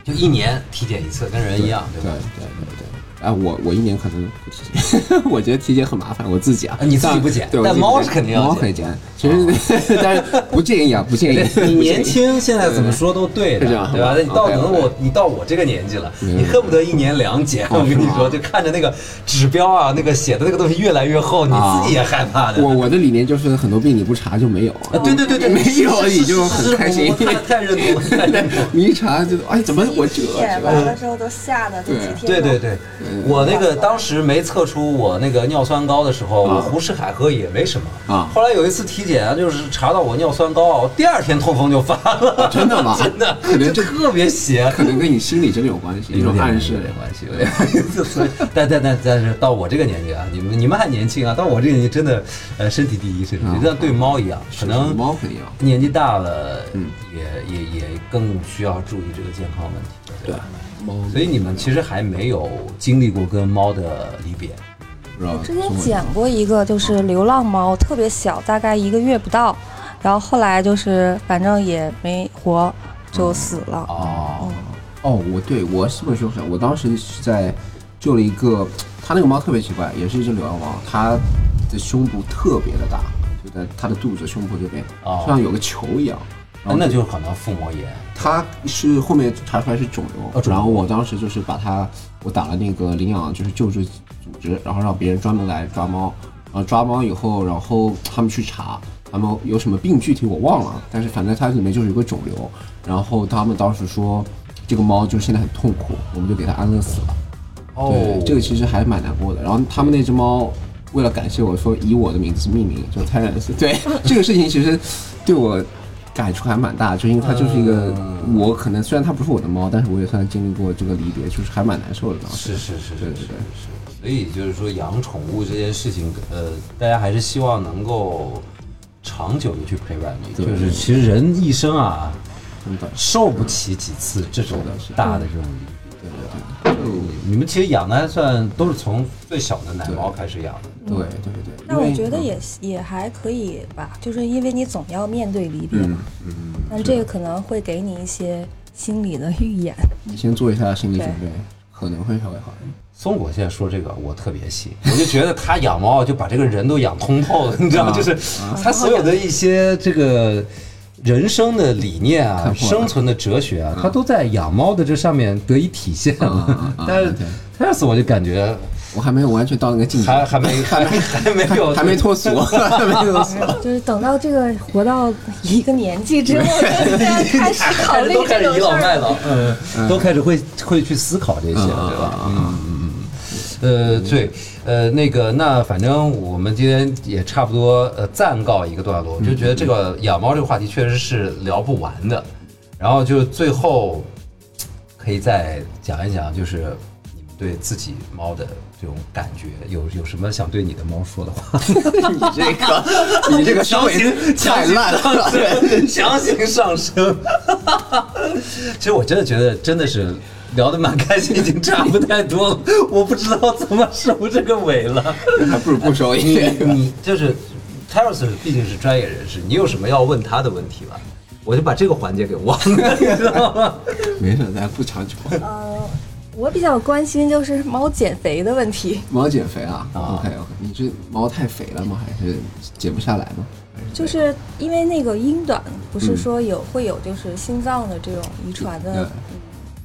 Speaker 1: 就一年体检一次，跟人一样，对
Speaker 4: 对
Speaker 1: 吧
Speaker 4: 对？对对。哎，我我一年可能不体检， 我觉得体检很麻烦，我自己啊
Speaker 1: 啊，你自己
Speaker 4: 但
Speaker 1: 不检
Speaker 4: 对，我
Speaker 1: 但
Speaker 4: 自己
Speaker 1: 猫
Speaker 4: 不
Speaker 1: 是
Speaker 4: 检
Speaker 1: 肯定要
Speaker 4: 猫
Speaker 1: 检
Speaker 4: 可以检，其实 但是不建议啊，不 建议，
Speaker 1: 你
Speaker 4: 不建
Speaker 1: 年
Speaker 4: 议，
Speaker 1: 轻，现在怎么说都对的，
Speaker 4: 是这样
Speaker 1: 对吧？那你到
Speaker 4: OK，OK
Speaker 1: 等我，你到我这个年纪了，
Speaker 4: 嗯
Speaker 1: 你恨不得一年两检。我
Speaker 4: 哦
Speaker 1: 跟你
Speaker 4: 是吗
Speaker 1: 说，就看着那个指标啊，那个写的那个东西越来越厚，你
Speaker 4: 啊
Speaker 1: 自己也害怕的。
Speaker 4: 我我的理念就是很多病你不查就没有啊
Speaker 1: 啊，，对对对对，
Speaker 4: 没有
Speaker 1: 是是
Speaker 4: 你就是很开
Speaker 1: 是
Speaker 4: 心
Speaker 1: 我，我太太认同，太认 同。
Speaker 4: 你一查就哎怎么我这
Speaker 2: 体检完了之后都吓得这几天
Speaker 1: 对
Speaker 2: 都
Speaker 1: 对对，我那个当时没测出我那个尿酸高的时候，我胡吃海喝也没什么
Speaker 4: 啊
Speaker 1: 后来有一次体检，就是查到我尿酸高啊，我第二天痛风就发了，
Speaker 4: 真的吗
Speaker 1: 真的，
Speaker 4: 可能
Speaker 1: 就
Speaker 4: 这
Speaker 1: 特别邪。
Speaker 4: 可能跟你心理真的有关系，一种暗示
Speaker 1: 有点关系，有点关系。 所以，但但但但是到我这个年纪啊，你们你们还年轻啊，到我这个年纪真的，呃，身体第一，身体第一，
Speaker 4: 啊
Speaker 1: 就像对猫一样，可
Speaker 4: 是
Speaker 1: 能
Speaker 4: 猫啊肯定要
Speaker 1: 年纪大了，
Speaker 4: 嗯
Speaker 1: 也也也更需要注意这个健康问题，对吧？
Speaker 4: 猫，
Speaker 1: 所以你们其实还没有经历过跟猫的离别，
Speaker 4: 不知道
Speaker 3: 之前捡过一个，就是流浪猫，特别小，大概一个月不到，然后后来就是反正也没活，
Speaker 1: 嗯
Speaker 3: 就死了。
Speaker 1: 哦，
Speaker 4: 哦，我对我是不是凶手？我当时是在救了一个，它那个猫特别奇怪，也是一只流浪猫，它的胸部特别的大，就在它的肚子、胸部这边，
Speaker 1: 哦
Speaker 4: 像有个球一样。然后
Speaker 1: 那就可能腹膜炎，
Speaker 4: 它是后面查出来是肿
Speaker 1: 哦
Speaker 4: 瘤，
Speaker 1: 肿瘤
Speaker 4: 然后我当时就是把它，我打了那个领养就是救治组织，然后让别人专门来抓猫，然后抓猫以后，然后他们去查，他们有什么病具体我忘了，但是反正它里面就是有个肿瘤，然后他们当时说这个猫就现在很痛苦，我们就给它安乐死了。对，这个其实还蛮难过的。然后他们那只猫为了感谢我说以我的名字命名，就 Terence。对，这个事情其实对我感触还蛮大，就因为它就是一个、我可能虽然它不是我的猫，但是我也算经历过这个离别，就是还蛮难受的当时。
Speaker 1: 是是是是
Speaker 4: 对
Speaker 1: 是
Speaker 4: 对对。
Speaker 1: 所以就是说，养宠物这件事情，呃，大家还是希望能够长久的去陪伴你。就是其实人一生啊，
Speaker 4: 真的，
Speaker 1: 受不起几次这种大的这种离别。
Speaker 4: 对对对
Speaker 1: 你们其实养的还算都是从最小的奶猫开始养的，
Speaker 4: 对对对对。
Speaker 3: 那
Speaker 4: 因
Speaker 3: 我
Speaker 4: 为
Speaker 3: 觉得
Speaker 1: 嗯
Speaker 3: 也也还可以吧，就是因为你总要面对离别
Speaker 4: 嗯
Speaker 3: 嘛，但这个可能会给你一些心理的预演。
Speaker 4: 你先做一下心理准备，可能会稍微好一点。
Speaker 1: 松果现在说这个，我特别信， 我就觉得他养猫就把这个人都养通透了，你知
Speaker 4: 啊
Speaker 1: 道，就是他所有的一些这个人生的理念啊、
Speaker 4: 看破了嗯
Speaker 1: 生存的哲学啊，他都在养猫的这上面得以体现了
Speaker 4: 嗯嗯嗯。
Speaker 1: 但是
Speaker 4: 对
Speaker 1: t e s 我就感觉
Speaker 4: 我还没有完全到那个境界，
Speaker 1: 还还没 还没还没有
Speaker 4: 还没脱俗，还没脱俗。
Speaker 3: 就是等到这个活到一个年 纪之后，就要开始考虑
Speaker 1: 都开
Speaker 3: 这
Speaker 1: 始倚
Speaker 3: 种事
Speaker 1: 老卖
Speaker 3: 儿。
Speaker 1: 老，嗯，都开始会会去思考这些，对吧？嗯嗯嗯。呃，对，呃，那个，那反正我们今天也差不多，呃，暂告一个段落。我就觉得这个
Speaker 4: 嗯
Speaker 1: 养猫这个话题确实是聊不完的，然后就最后可以再讲一讲，就是你们对自己猫的这种感觉，有有什么想对你的猫说的话？
Speaker 4: 你这个，你这个稍微太烂了。
Speaker 1: 对，强行上升。其实我真的觉得真的是聊得蛮开心，已经差不太多了，我不知道怎么收这个尾了。
Speaker 4: 还不如不收一
Speaker 1: 你
Speaker 4: 点。
Speaker 1: 你 就是 Terrace 毕竟是专业人士，你有什么要问他的问题吧？我就把这个环节给忘了，你知道吗？
Speaker 4: 没事，咱不强求。
Speaker 3: 呃，我比较关心就是猫减肥的问题，
Speaker 4: 猫减肥啊
Speaker 1: 啊
Speaker 4: ？OK OK，你这猫太肥了吗？还是减不下来吗？
Speaker 3: 就是因为那个英短不
Speaker 4: 嗯
Speaker 3: 是说有、会有就是心脏的这种遗传
Speaker 4: 对
Speaker 3: 的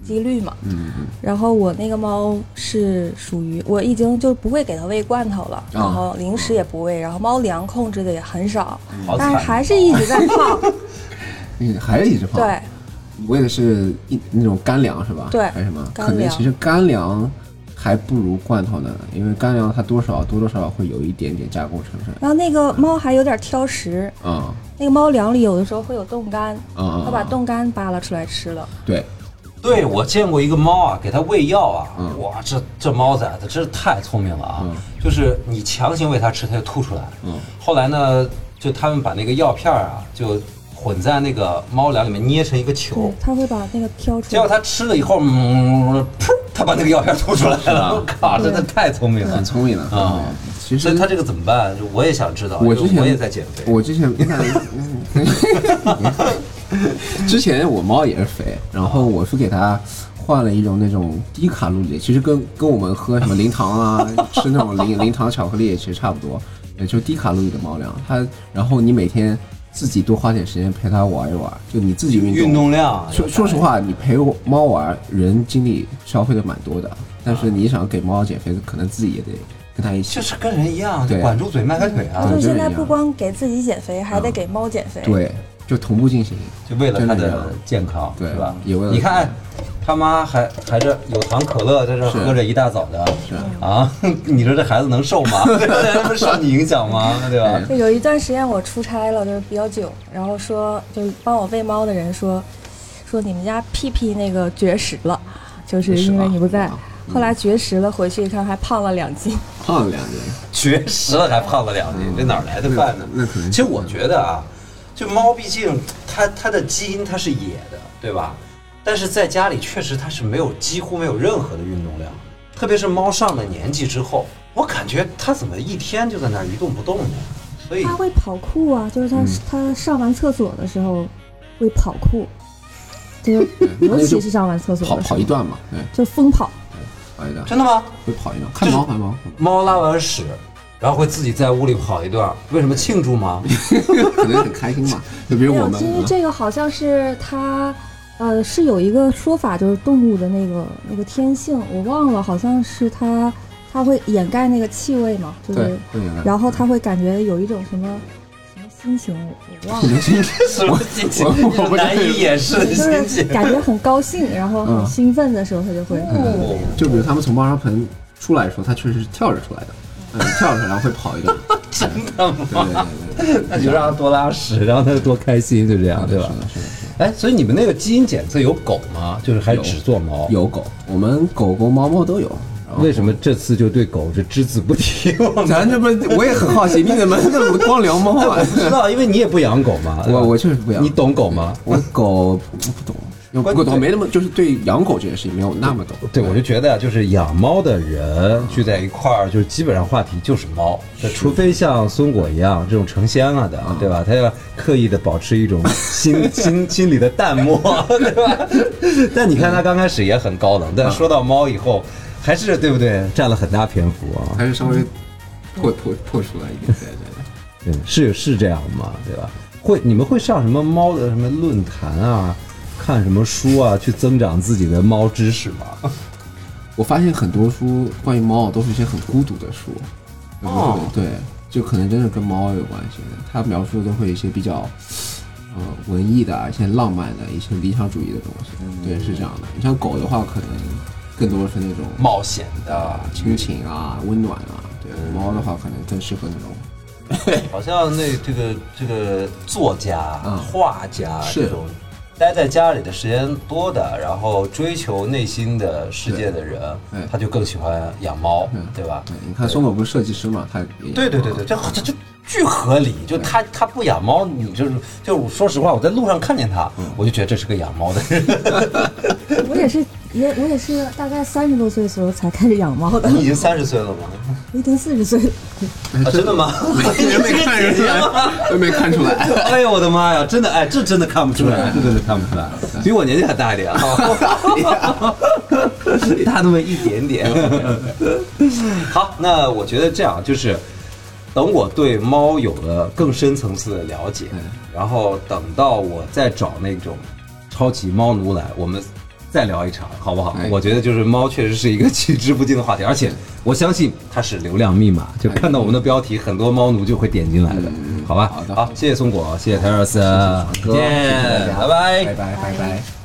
Speaker 3: 几率嘛，
Speaker 4: 嗯嗯
Speaker 3: 然后我那个猫是属于我已经就不会给它喂罐头
Speaker 4: 啊
Speaker 3: 了，然后零食也不喂，然后猫粮控制的也很少，
Speaker 1: 好惨
Speaker 3: 但是还是一直在 胖。
Speaker 4: 嗯，还是一只胖。
Speaker 3: 对，
Speaker 4: 你喂的是一那种干粮是吧？
Speaker 3: 对
Speaker 4: 还是什么？
Speaker 3: 干
Speaker 4: 可能
Speaker 3: 粮
Speaker 4: 其实干粮还不如罐头呢，因为干粮它多少多多少少会有一点点加工成分。
Speaker 3: 然后那个猫还有点挑食，
Speaker 4: 啊
Speaker 3: 那个猫粮里有的时候会有冻干，
Speaker 4: 啊啊！
Speaker 3: 它把
Speaker 4: 啊
Speaker 3: 冻干扒拉出来吃了。
Speaker 4: 对，
Speaker 1: 对，我见过一个猫啊，给它喂药啊，
Speaker 4: 嗯
Speaker 1: 哇，这这猫崽子真是太聪明了啊！
Speaker 4: 嗯
Speaker 1: 就是你强行喂它吃，它就吐出来。
Speaker 4: 嗯
Speaker 1: 后来呢，就他们把那个药片儿啊，就混在那个猫粮里面捏成一个球
Speaker 4: 哦
Speaker 3: 对，，它会把那个挑出
Speaker 1: 结果
Speaker 3: 来。
Speaker 1: 它吃了以后，嗯，噗，它把那个药片吐出来了。我 靠，真的太聪明了
Speaker 4: 很。聪明的
Speaker 1: 啊
Speaker 4: 嗯啊其
Speaker 1: 所
Speaker 4: 实
Speaker 1: 以它这个怎么办？就我也想知道，
Speaker 4: 我
Speaker 1: 因为
Speaker 4: 之前
Speaker 1: 我也在减肥。
Speaker 4: 我之前之前我猫也是肥，然后我是给它换了一种那种低卡路里，其实跟跟我们喝什么零糖啊，吃那种零零糖巧克力也其实差不多，也就是低卡路里的猫粮。它然后你每天自己多花点时间陪它玩一玩，就你自己运动
Speaker 1: 运动量啊，
Speaker 4: 说说实话，你陪猫玩，人精力消费的蛮多的，但是你想给猫减肥，可能自己也得跟它一起
Speaker 1: 就。啊是跟人一样，就
Speaker 4: 对
Speaker 1: 管住嘴迈开腿啊
Speaker 3: 它，
Speaker 4: 对
Speaker 3: 就
Speaker 4: 这
Speaker 3: 现
Speaker 4: 个
Speaker 3: 在
Speaker 4: 一样啊
Speaker 3: 不光给自己减肥，还得给猫减肥。
Speaker 4: 对，就同步进行。
Speaker 1: 就为了它
Speaker 4: 真的一
Speaker 1: 的
Speaker 4: 样
Speaker 1: 健康，
Speaker 4: 对
Speaker 1: 是吧？
Speaker 4: 也为了
Speaker 1: 你看，哎他妈还还这有糖可乐在这
Speaker 4: 是
Speaker 1: 喝着一大早的，
Speaker 4: 是
Speaker 1: 啊， 你说这孩子能受吗？对吧这不受你影响吗？对吧？
Speaker 3: 就有一段时间我出差了，就是比较久，然后说就是帮我喂猫的人说，说你们家屁屁那个绝食了，就是因为你不在
Speaker 4: 绝食了。嗯
Speaker 3: 后来绝食了，回去一看还胖了两斤。
Speaker 4: 胖了两斤，
Speaker 1: 绝食了还胖了两斤，这哪儿来的饭呢？
Speaker 4: 那可能
Speaker 1: 其实我觉得啊，就猫毕竟它它的基因它是野的，对吧？但是在家里确实它是没有几乎没有任何的运动量，特别是猫上了年纪之后，我感觉它怎么一天就在那儿一动不动呢？所以
Speaker 3: 它会跑酷啊，就是它、
Speaker 4: 嗯
Speaker 3: 它上完厕所的时候会跑酷， 就是尤其是上完厕所
Speaker 4: 跑
Speaker 3: 的时
Speaker 4: 跑
Speaker 3: 候
Speaker 4: 一段嘛，对，
Speaker 3: 就疯跑。
Speaker 4: 跑一段，
Speaker 1: 真的吗？
Speaker 4: 会跑一段。看猫，看猫，
Speaker 1: 猫拉完屎，然后会自己在屋里跑一段，为什么庆祝吗？
Speaker 4: 可能很开心嘛。就比如
Speaker 3: 没
Speaker 4: 我
Speaker 3: 有，
Speaker 4: 们啊嗯
Speaker 3: 因为这个好像是它，呃，是有一个说法，就是动物的那个那个天性，我忘了，好像是它它会掩盖那个气味嘛，就
Speaker 4: 对
Speaker 3: 是，
Speaker 4: 会有的
Speaker 3: 然后它会感觉有一种什么什么心情，我我忘 了。
Speaker 1: 什么心情？
Speaker 4: 我我
Speaker 1: 一种难以掩饰的
Speaker 3: 就
Speaker 1: 心
Speaker 3: 是
Speaker 1: 情。
Speaker 3: 感觉很高兴，然后
Speaker 4: 嗯
Speaker 3: 很兴奋的时候，它就会。
Speaker 1: 哦
Speaker 4: 就比如他们从猫砂盆出来的时候，它确实是跳着出来的，嗯，跳着出来然后会跑 一段。真的吗？对对对对，
Speaker 1: 那就让它多拉屎，让它多开心，就这样，对吧？
Speaker 4: 是的是的是的。
Speaker 1: 哎，所以你们那个基因检测有狗吗？就是还是只做猫？。
Speaker 4: 有狗，我们狗狗、猫猫都有。然后
Speaker 1: 为什么这次就对狗就只字不提？我 们
Speaker 4: 咱这不，我也很好奇，你怎么怎么光聊猫 啊？
Speaker 1: 不知道，因为你也不养狗嘛。对吧
Speaker 4: 我我确实不养
Speaker 1: 你懂狗吗？
Speaker 4: 我狗不懂，因为我
Speaker 1: 关
Speaker 4: 懂没那么，就是对养狗这件事情没有那么懂。
Speaker 1: 对，我就觉得啊，就是养猫的人聚在一块儿，就是基本上话题就是啊猫，对除非像松果一样这种成仙了的，对吧？他要刻意的保持一种 心心心里的淡漠，对 吧？但你看他刚开始也很高冷，但说到猫以后，还是对不对？占了很大篇幅啊，
Speaker 4: 还是稍微破破破除了一点，对对对。
Speaker 1: 对，嗯是是这样嘛，对吧？会你们会上什么猫的什么论坛啊，看什么书啊，去增长自己的猫知识吗？
Speaker 4: 我发现很多书关于猫啊都是一些很孤独的书，有时候
Speaker 1: 哦
Speaker 4: 对，就可能真的跟猫啊有关系的。它描述的都会有一些比较，呃，文艺的啊、一些浪漫的、一些理想主义的东西。
Speaker 1: 嗯
Speaker 4: 对，是这样的。你像狗的话，可能更多是那种
Speaker 1: 冒险
Speaker 4: 啊、亲情啊、温暖啊。对，
Speaker 1: 嗯
Speaker 4: 猫的话可能更适合那种
Speaker 1: 好像那这个这个作家、
Speaker 4: 嗯
Speaker 1: 画家
Speaker 4: 是
Speaker 1: 这种待在家里的时间多的，然后追求内心的世界的人
Speaker 4: 对对，
Speaker 1: 他就更喜欢养猫，对吧？
Speaker 4: 对，你看松果不是设计师嘛，他也
Speaker 1: 对对对对，这这这巨合理。就他他不养猫，你就是就是我说实话，我在路上看见他，我就觉得这是个养猫的人。
Speaker 3: 我也是，也我也是大概三十多岁的时候才开始养猫的，
Speaker 4: 嗯
Speaker 1: 你已经三十岁了吗？
Speaker 3: 我已经四十岁了。
Speaker 1: 啊，真的 吗？你
Speaker 4: 也
Speaker 1: 是
Speaker 4: 没
Speaker 1: 个
Speaker 4: 看
Speaker 1: 姐
Speaker 4: 出
Speaker 1: 姐吗？
Speaker 4: 来，都没看出来。
Speaker 1: 哎呦我的妈呀！真的哎，这真的看不出来，这真的看不出来，比我年纪还大一点 啊，大那么一点点。好，那我觉得这样就是，等我对猫有了更深层次的了解，
Speaker 4: 嗯
Speaker 1: 然后等到我再找那种超级猫奴来，我们。再聊一场好不好
Speaker 4: 哎？嗯
Speaker 1: 我觉得就是猫确实是一个取之不尽的话题，而且我相信它是流量密码，
Speaker 4: 哎
Speaker 1: 就看到我们的标题，很多猫奴就会点进来的，好吧？
Speaker 4: 嗯好的
Speaker 1: 好，谢谢松果，谢谢泰尔斯，
Speaker 4: 谢谢爽哥
Speaker 1: 再见
Speaker 4: 谢谢大家
Speaker 1: 拜拜
Speaker 4: 拜拜拜拜。